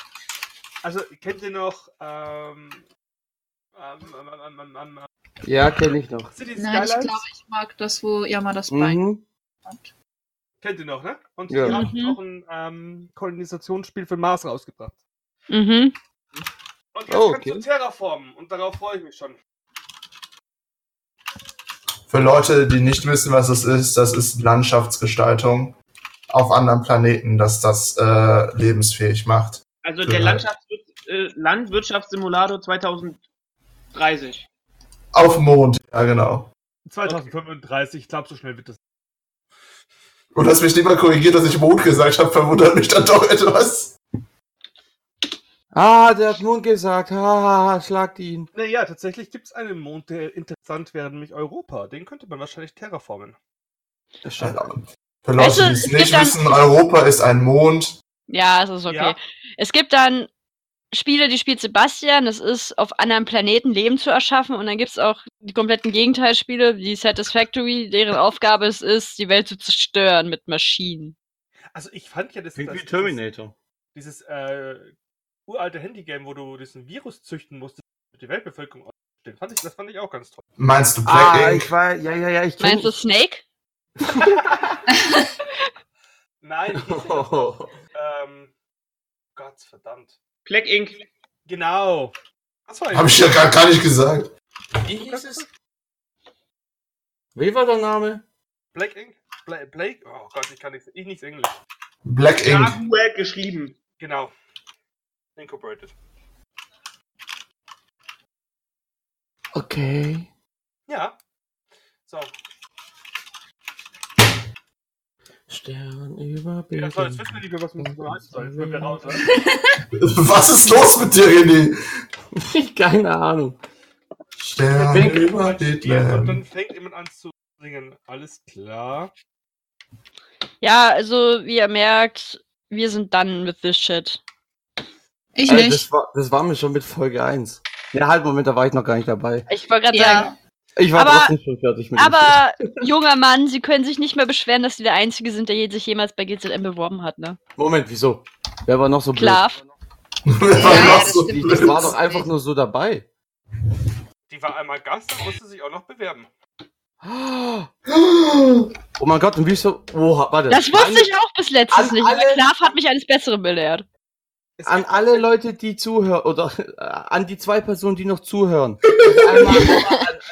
Also, kennt ihr noch ähm, ähm, ähm, ähm, ähm, ähm, ähm,
Ja, kenne ich noch.
City
Nein, ich
Skylines?
glaube, ich mag das, wo Yammer das Bein
Mhm.
hat.
Kennt ihr noch, ne? Und
Ja.
die haben
Mhm.
auch ein ähm, Kolonisationsspiel für Mars rausgebracht.
Mhm.
Und jetzt
Oh,
kannst
okay.
du terraformen und darauf freue ich mich schon.
Für Leute, die nicht wissen, was es ist, das ist Landschaftsgestaltung auf anderen Planeten, dass das äh, lebensfähig macht.
Also
Ja.
der Landschafts äh, Landwirtschaftssimulator 2030.
Auf dem Mond, ja genau.
2035, ich glaube, so schnell wird das.
Und dass mich niemand korrigiert, dass ich Mond gesagt habe, verwundert mich dann doch etwas.
Ah, der hat nun gesagt, haha, schlagt ihn.
Naja, tatsächlich gibt es einen Mond, der interessant wäre, nämlich Europa. Den könnte man wahrscheinlich terraformen.
Das scheint auch.
Für Leute,
Weißt
Also,
du,
die
es
es
gibt
nicht
ein-
wissen, Europa ist ein Mond.
Ja, es ist okay.
Ja.
Es gibt dann Spiele, die spielt Sebastian. Das ist, auf anderen Planeten Leben zu erschaffen. Und dann gibt es auch die kompletten Gegenteilspiele, wie Satisfactory, deren Aufgabe es ist, die Welt zu zerstören mit Maschinen.
Also, ich fand ja das. das- das- dieses äh, uralte Handygame, wo du diesen Virus züchten musstest, damit die Weltbevölkerung auszustellen. Fand ich, das fand ich auch ganz toll.
Meinst du Black
Ah,
Ink?
ich war, ja, ja, ja, ich kenne
Meinst du Snake?
Nein, hieß denn
(laughs)
das noch?
Oh.
ähm, Gott verdammt.
Black Inc.
Genau. Das war
Habe ich ja gar, gar nicht gesagt.
Wie hieß es? Wie war der Name?
Black Ink? Bla Blake? Oh Gott, ich kann nichts. Ich nichts Englisch.
Black Ink.
Gargoyle geschrieben.
Genau. Incorporated.
Okay.
Ja. So.
Stern über
Ja, so, jetzt wissen wir nicht mehr, was wir uns bereiten sollen, wenn wir raus sind.
Was ist los mit dir,
(laughs)
René?
Keine Ahnung.
Stern
Pink.
über die
Ja, und
Lämmen.
dann fängt jemand an zu singen. Alles klar.
Ja, also wie ihr merkt, wir sind done with this shit.
Ich
Also,
Äh,
nicht.
das, war, das war mir schon mit Folge 1. Ja, halt, Moment, da war ich noch gar nicht dabei.
Ich wollte gerade sagen.
Ja.
Ich war
Aber-
trotzdem schon fertig mit dem Shit.
Aber junger Mann, Sie können sich nicht mehr beschweren, dass Sie der Einzige sind, der je- sich jemals bei GZM beworben hat, ne?
Moment, wieso? Wer war noch so
Klar.
(laughs)
Ja, ja, das
blöd? Die,
stimmt.
die war doch einfach nur
(gasps)
so dabei.
Die war einmal Gast, dann musste sich auch noch bewerben.
Oh mein Gott, und wieso? Oh, warte.
Das wusste ich auch bis letztens
an
nicht, aber
alle-
Klav hat mich eines Besseren belehrt.
Es
An
gibt-
alle Leute, die zuhören, oder äh, an die zwei Personen, die noch zuhören. Also Einmal, einmal,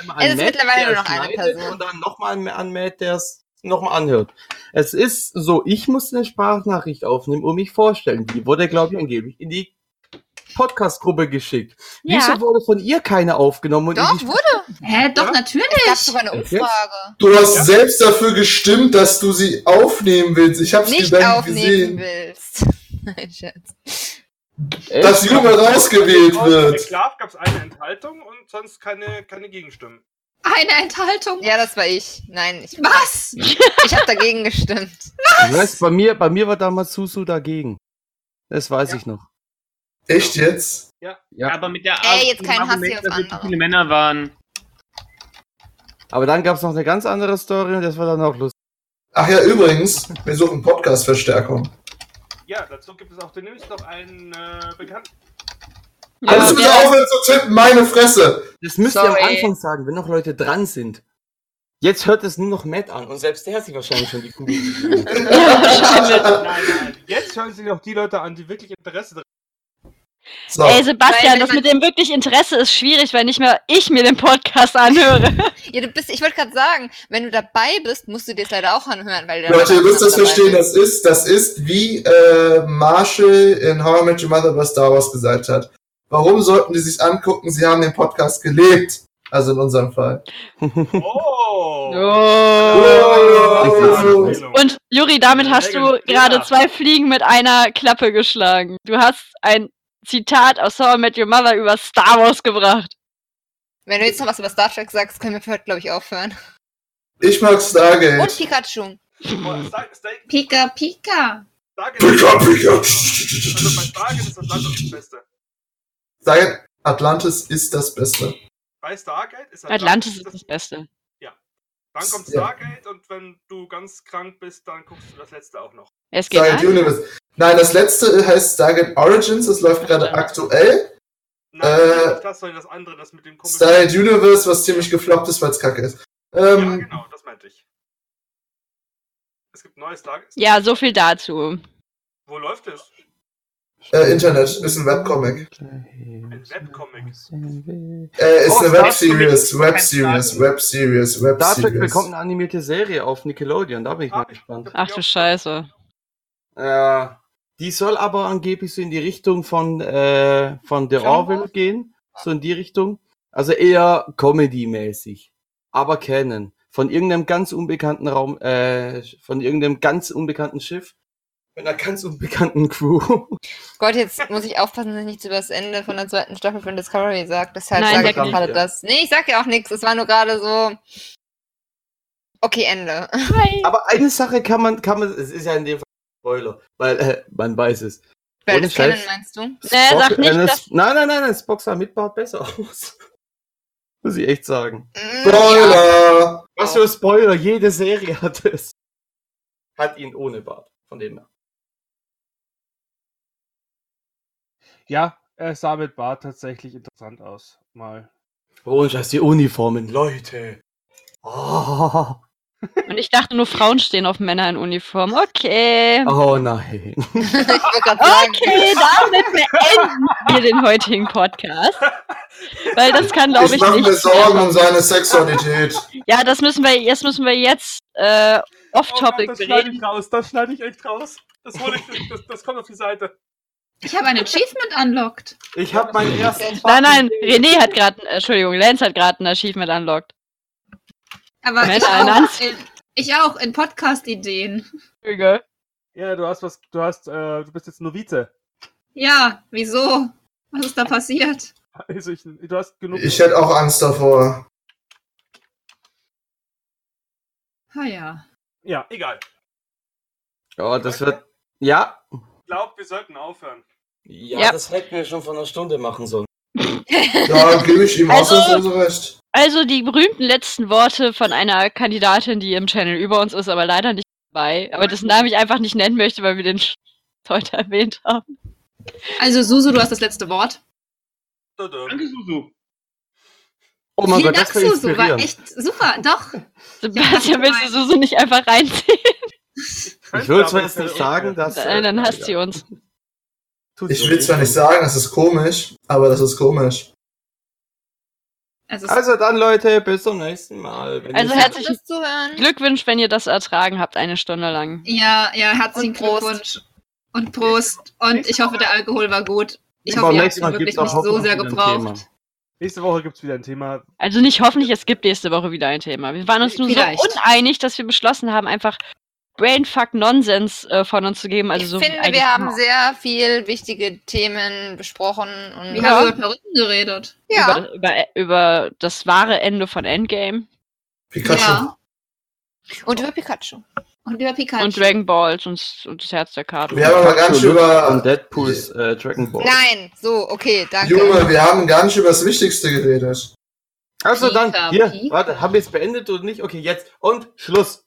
einmal
Es ist mittlerweile
der
nur noch eine
schneidet,
Person.
Und dann nochmal an, an Matt, der es nochmal anhört. Es ist so, ich muss eine Sprachnachricht aufnehmen und mich vorstellen. Die wurde, glaube ich, angeblich in die Podcast-Gruppe geschickt.
Ja.
Wieso wurde von ihr keine aufgenommen? Und in
Doch,
die
wurde.
Hä, doch, natürlich.
Es gab sogar eine
Echt jetzt?
Umfrage.
Du hast selbst dafür gestimmt, dass du sie aufnehmen willst. Ich hab's dir
Nicht
dann
aufnehmen
gesehen,
willst. (laughs) Nein, Scherz.
Echt?
dass Junge rausgewählt
Bei
wird.
Klav gab es eine Enthaltung und sonst keine, keine Gegenstimmen.
Eine Enthaltung.
Ja, das war ich. Nein, ich,
Was?
ich habe dagegen gestimmt.
Du weißt, Äh, bei mir, bei mir war damals Susu dagegen. Das weiß
Ja.
ich noch.
Echt jetzt?
Ja.
Aber mit der
Ey, jetzt
mit dem
kein Hass
Argument,
hier auf
dass es
andere.
zu viele Männer waren.
Aber dann gab es noch eine ganz andere Story und das war dann auch lustig.
Ach ja, übrigens, wir suchen Podcast-Verstärkung.
Ja, dazu gibt es auch demnächst noch einen äh, Bekannten.
Kannst du
Ja,
bitte aufhören zu tippen? Meine Fresse!
Das müsst
Sorry.
ihr am Anfang sagen, wenn noch Leute dran sind. Jetzt hört es nur noch Matt an und selbst der hat sich wahrscheinlich schon die Kugel. gegeben.
Nein, nein, jetzt hören sich noch die Leute an, die wirklich Interesse daran
So,
Ey,
Weil
Sebastian,
wenn
das
man-
mit dem wirklich Interesse ist schwierig, weil nicht mehr ich mir den Podcast anhöre.
Ja, du bist, ich wollte gerade sagen, wenn du dabei bist, musst du dir das leider auch anhören, weil du
Leute, ihr müsst das
dabei
verstehen, das
bist.
ist, das ist wie äh, Marshall in How I Met Your Mother über Star Wars gesagt hat. Warum sollten die sich angucken? Sie haben den Podcast gelebt. Also in unserem Fall.
(laughs) Oh!
Oh.
Und Juri, damit hast du
Ja.
gerade zwei Fliegen mit einer Klappe geschlagen. Du hast ein Zitat aus How I Met Your Mother über Star Wars gebracht.
Wenn du jetzt noch was über Star Trek sagst, können wir für heute, glaube ich, aufhören.
Ich mag Stargate.
Und Pikachu.
Oh, sag- sag-
Pika, Pika.
sag-
Pika, Pika.
Also bei Stargate ist das Land das Beste. Also
Stargate Atlantis ist das Beste.
Bei Stargate ist
Atlantis ist das Beste.
Dann kommt
Ja.
Stargate und wenn du ganz krank bist, dann guckst du das letzte auch noch.
Es geht
Stargate
an.
Universe. Nein, das letzte heißt Stargate Origins, das läuft gerade
Verstanden.
aktuell.
Nein,
Äh,
nicht das, sondern das andere, das mit dem komischen.
Stargate Universe, was ziemlich gefloppt ist, weil es kacke ist.
ja,
Ähm,
genau, das meinte ich. Es gibt neues Stargate.
Ja, so viel dazu.
Wo läuft es?
äh, Internet, ist ein Webcomic.
Ein Webcomic.
Äh, ist
Oh,
eine
Star-
Webseries,
Web-
Webseries, Webseries,
Star Trek bekommt
Webseries.
eine animierte Serie auf Nickelodeon, da bin ich mal
Ah, ich-
gespannt.
Ach du Scheiße.
Äh, die soll aber angeblich so in die Richtung von, äh, von The
Genre?
Orville gehen. So in die Richtung. Also eher Comedy-mäßig. Aber kennen. Von irgendeinem ganz unbekannten Raum, äh, von irgendeinem ganz unbekannten Schiff. Mit einer ganz unbekannten Crew.
Gott, jetzt muss ich aufpassen, dass ich nichts über das Ende von der zweiten Staffel von Discovery sage. Deshalb
Nein,
sage ich
sag
auch
nicht,
gerade
ja.
das. Nee, ich sag ja auch nichts. Es war nur gerade so. Okay, Ende.
Aber eine Sache kann man, kann man, es ist ja in dem Fall ein Spoiler, weil äh, man weiß es.
Weil
Ohne
das kennen,
Scheiß.
meinst du?
Naja, sag nicht,
eine-
dass-
nein, nein, nein, nein, Spock sah mit Bart besser aus. (laughs) Muss ich echt sagen.
Mm, ja. (laughs)
Spoiler!
Was für ein Spoiler, jede Serie hat es. Hat ihn ohne Bart, von dem her.
Ja, er sah mit Bart tatsächlich interessant aus. Mal.
Oh, Scheiß, die Uniformen, Leute. Oh,
Und ich dachte nur, Frauen stehen auf Männer in Uniform. Okay.
oh nein.
Ich wollte gerade sagen.
Okay, Also damit beenden wir den heutigen Podcast. Weil das kann, glaube
Ich
ich,
mache mir
nicht.
Sorgen um seine Sexualität.
Ja, das müssen wir, jetzt müssen wir jetzt äh, off-topic
Oh das schneide
reden.
ich raus, das schneide ich echt raus. Das, hol ich, das, das kommt auf die Seite.
Ich habe ein Achievement unlocked.
Ich habe meinen ersten.
Nein, nein, René hat äh, gerade, Entschuldigung, Lance hat gerade ein Achievement unlocked.
Aber
Moment,
ich
ein
auch.
Hans-
Äh, Ich auch, in Podcast-Ideen.
Egal.
Ja, du hast was, du hast, äh, du bist jetzt Novize.
Ja, wieso? Was ist da passiert?
Also ich, du hast genug.
Ich hätte auch Angst davor.
Ah ja.
ja, egal.
Ja, Oh, das wird. Ja.
Ich glaube, wir sollten aufhören.
ja.
Ja.
das hätten wir schon vor einer Stunde machen sollen.
Ja, gebe ich ihm
Also-
ausnahmsweise recht.
Also die berühmten letzten Worte von einer Kandidatin, die im Channel über uns ist, aber leider nicht dabei. Aber dessen Namen ich einfach nicht nennen möchte, weil wir den Sch- heute erwähnt haben.
Also Susu, du hast das letzte Wort.
Danke, Susu.
Oh mein
Vielen
Gott,
Dank,
das kann
Susu. War
inspirieren.
echt super, doch.
Sebastian,
Ja,
willst du Susu nicht einfach reinziehen?
Ich würde zwar jetzt nicht sagen, dass.
Nein, dann hasst sie uns.
Ich will zwar nicht sagen, das ist komisch, aber das ist komisch.
Also, es-
Also dann, Leute, bis zum nächsten Mal. Wenn
Also
ihr-
herzlichen
Fürs Zuhören.
Glückwunsch, wenn ihr das ertragen habt, eine Stunde lang.
ja, ja, herzlichen
Und Prost.
Glückwunsch. Und Prost. Und ich hoffe, der Alkohol war gut. Ich hoffe,
beim
ihr habt
nächsten
ihn
Mal
wirklich
gibt's auch
nicht so
hoffentlich
sehr
wieder ein
gebraucht.
Nächste Woche gibt es wieder ein Thema.
Also nicht hoffentlich, es gibt nächste Woche wieder ein Thema. Wir waren uns nur
Vielleicht.
so uneinig, dass wir beschlossen haben, einfach Brainfuck Nonsens äh, von uns zu geben. Also
ich
so wie
finde,
eigentlich
wir haben
immer.
sehr viel wichtige Themen besprochen. Und also,
Wir
Ja.
haben über Perücken geredet.
ja.
über, über, über das wahre Ende von Endgame
Pikachu.
Ja.
Und über Pikachu.
Und über Pikachu.
und Dragon Balls und, und das Herz der Karte.
Wir haben aber gar nicht
Absolut. Und
über.
Deadpools äh, Dragon Ball.
Nein, so, okay, danke.
Oh. Junge, wir haben gar nicht über das Wichtigste geredet.
Also dann,
Pika,
hier,
Pika.
warte, haben wir es beendet oder nicht? Okay, jetzt und Schluss.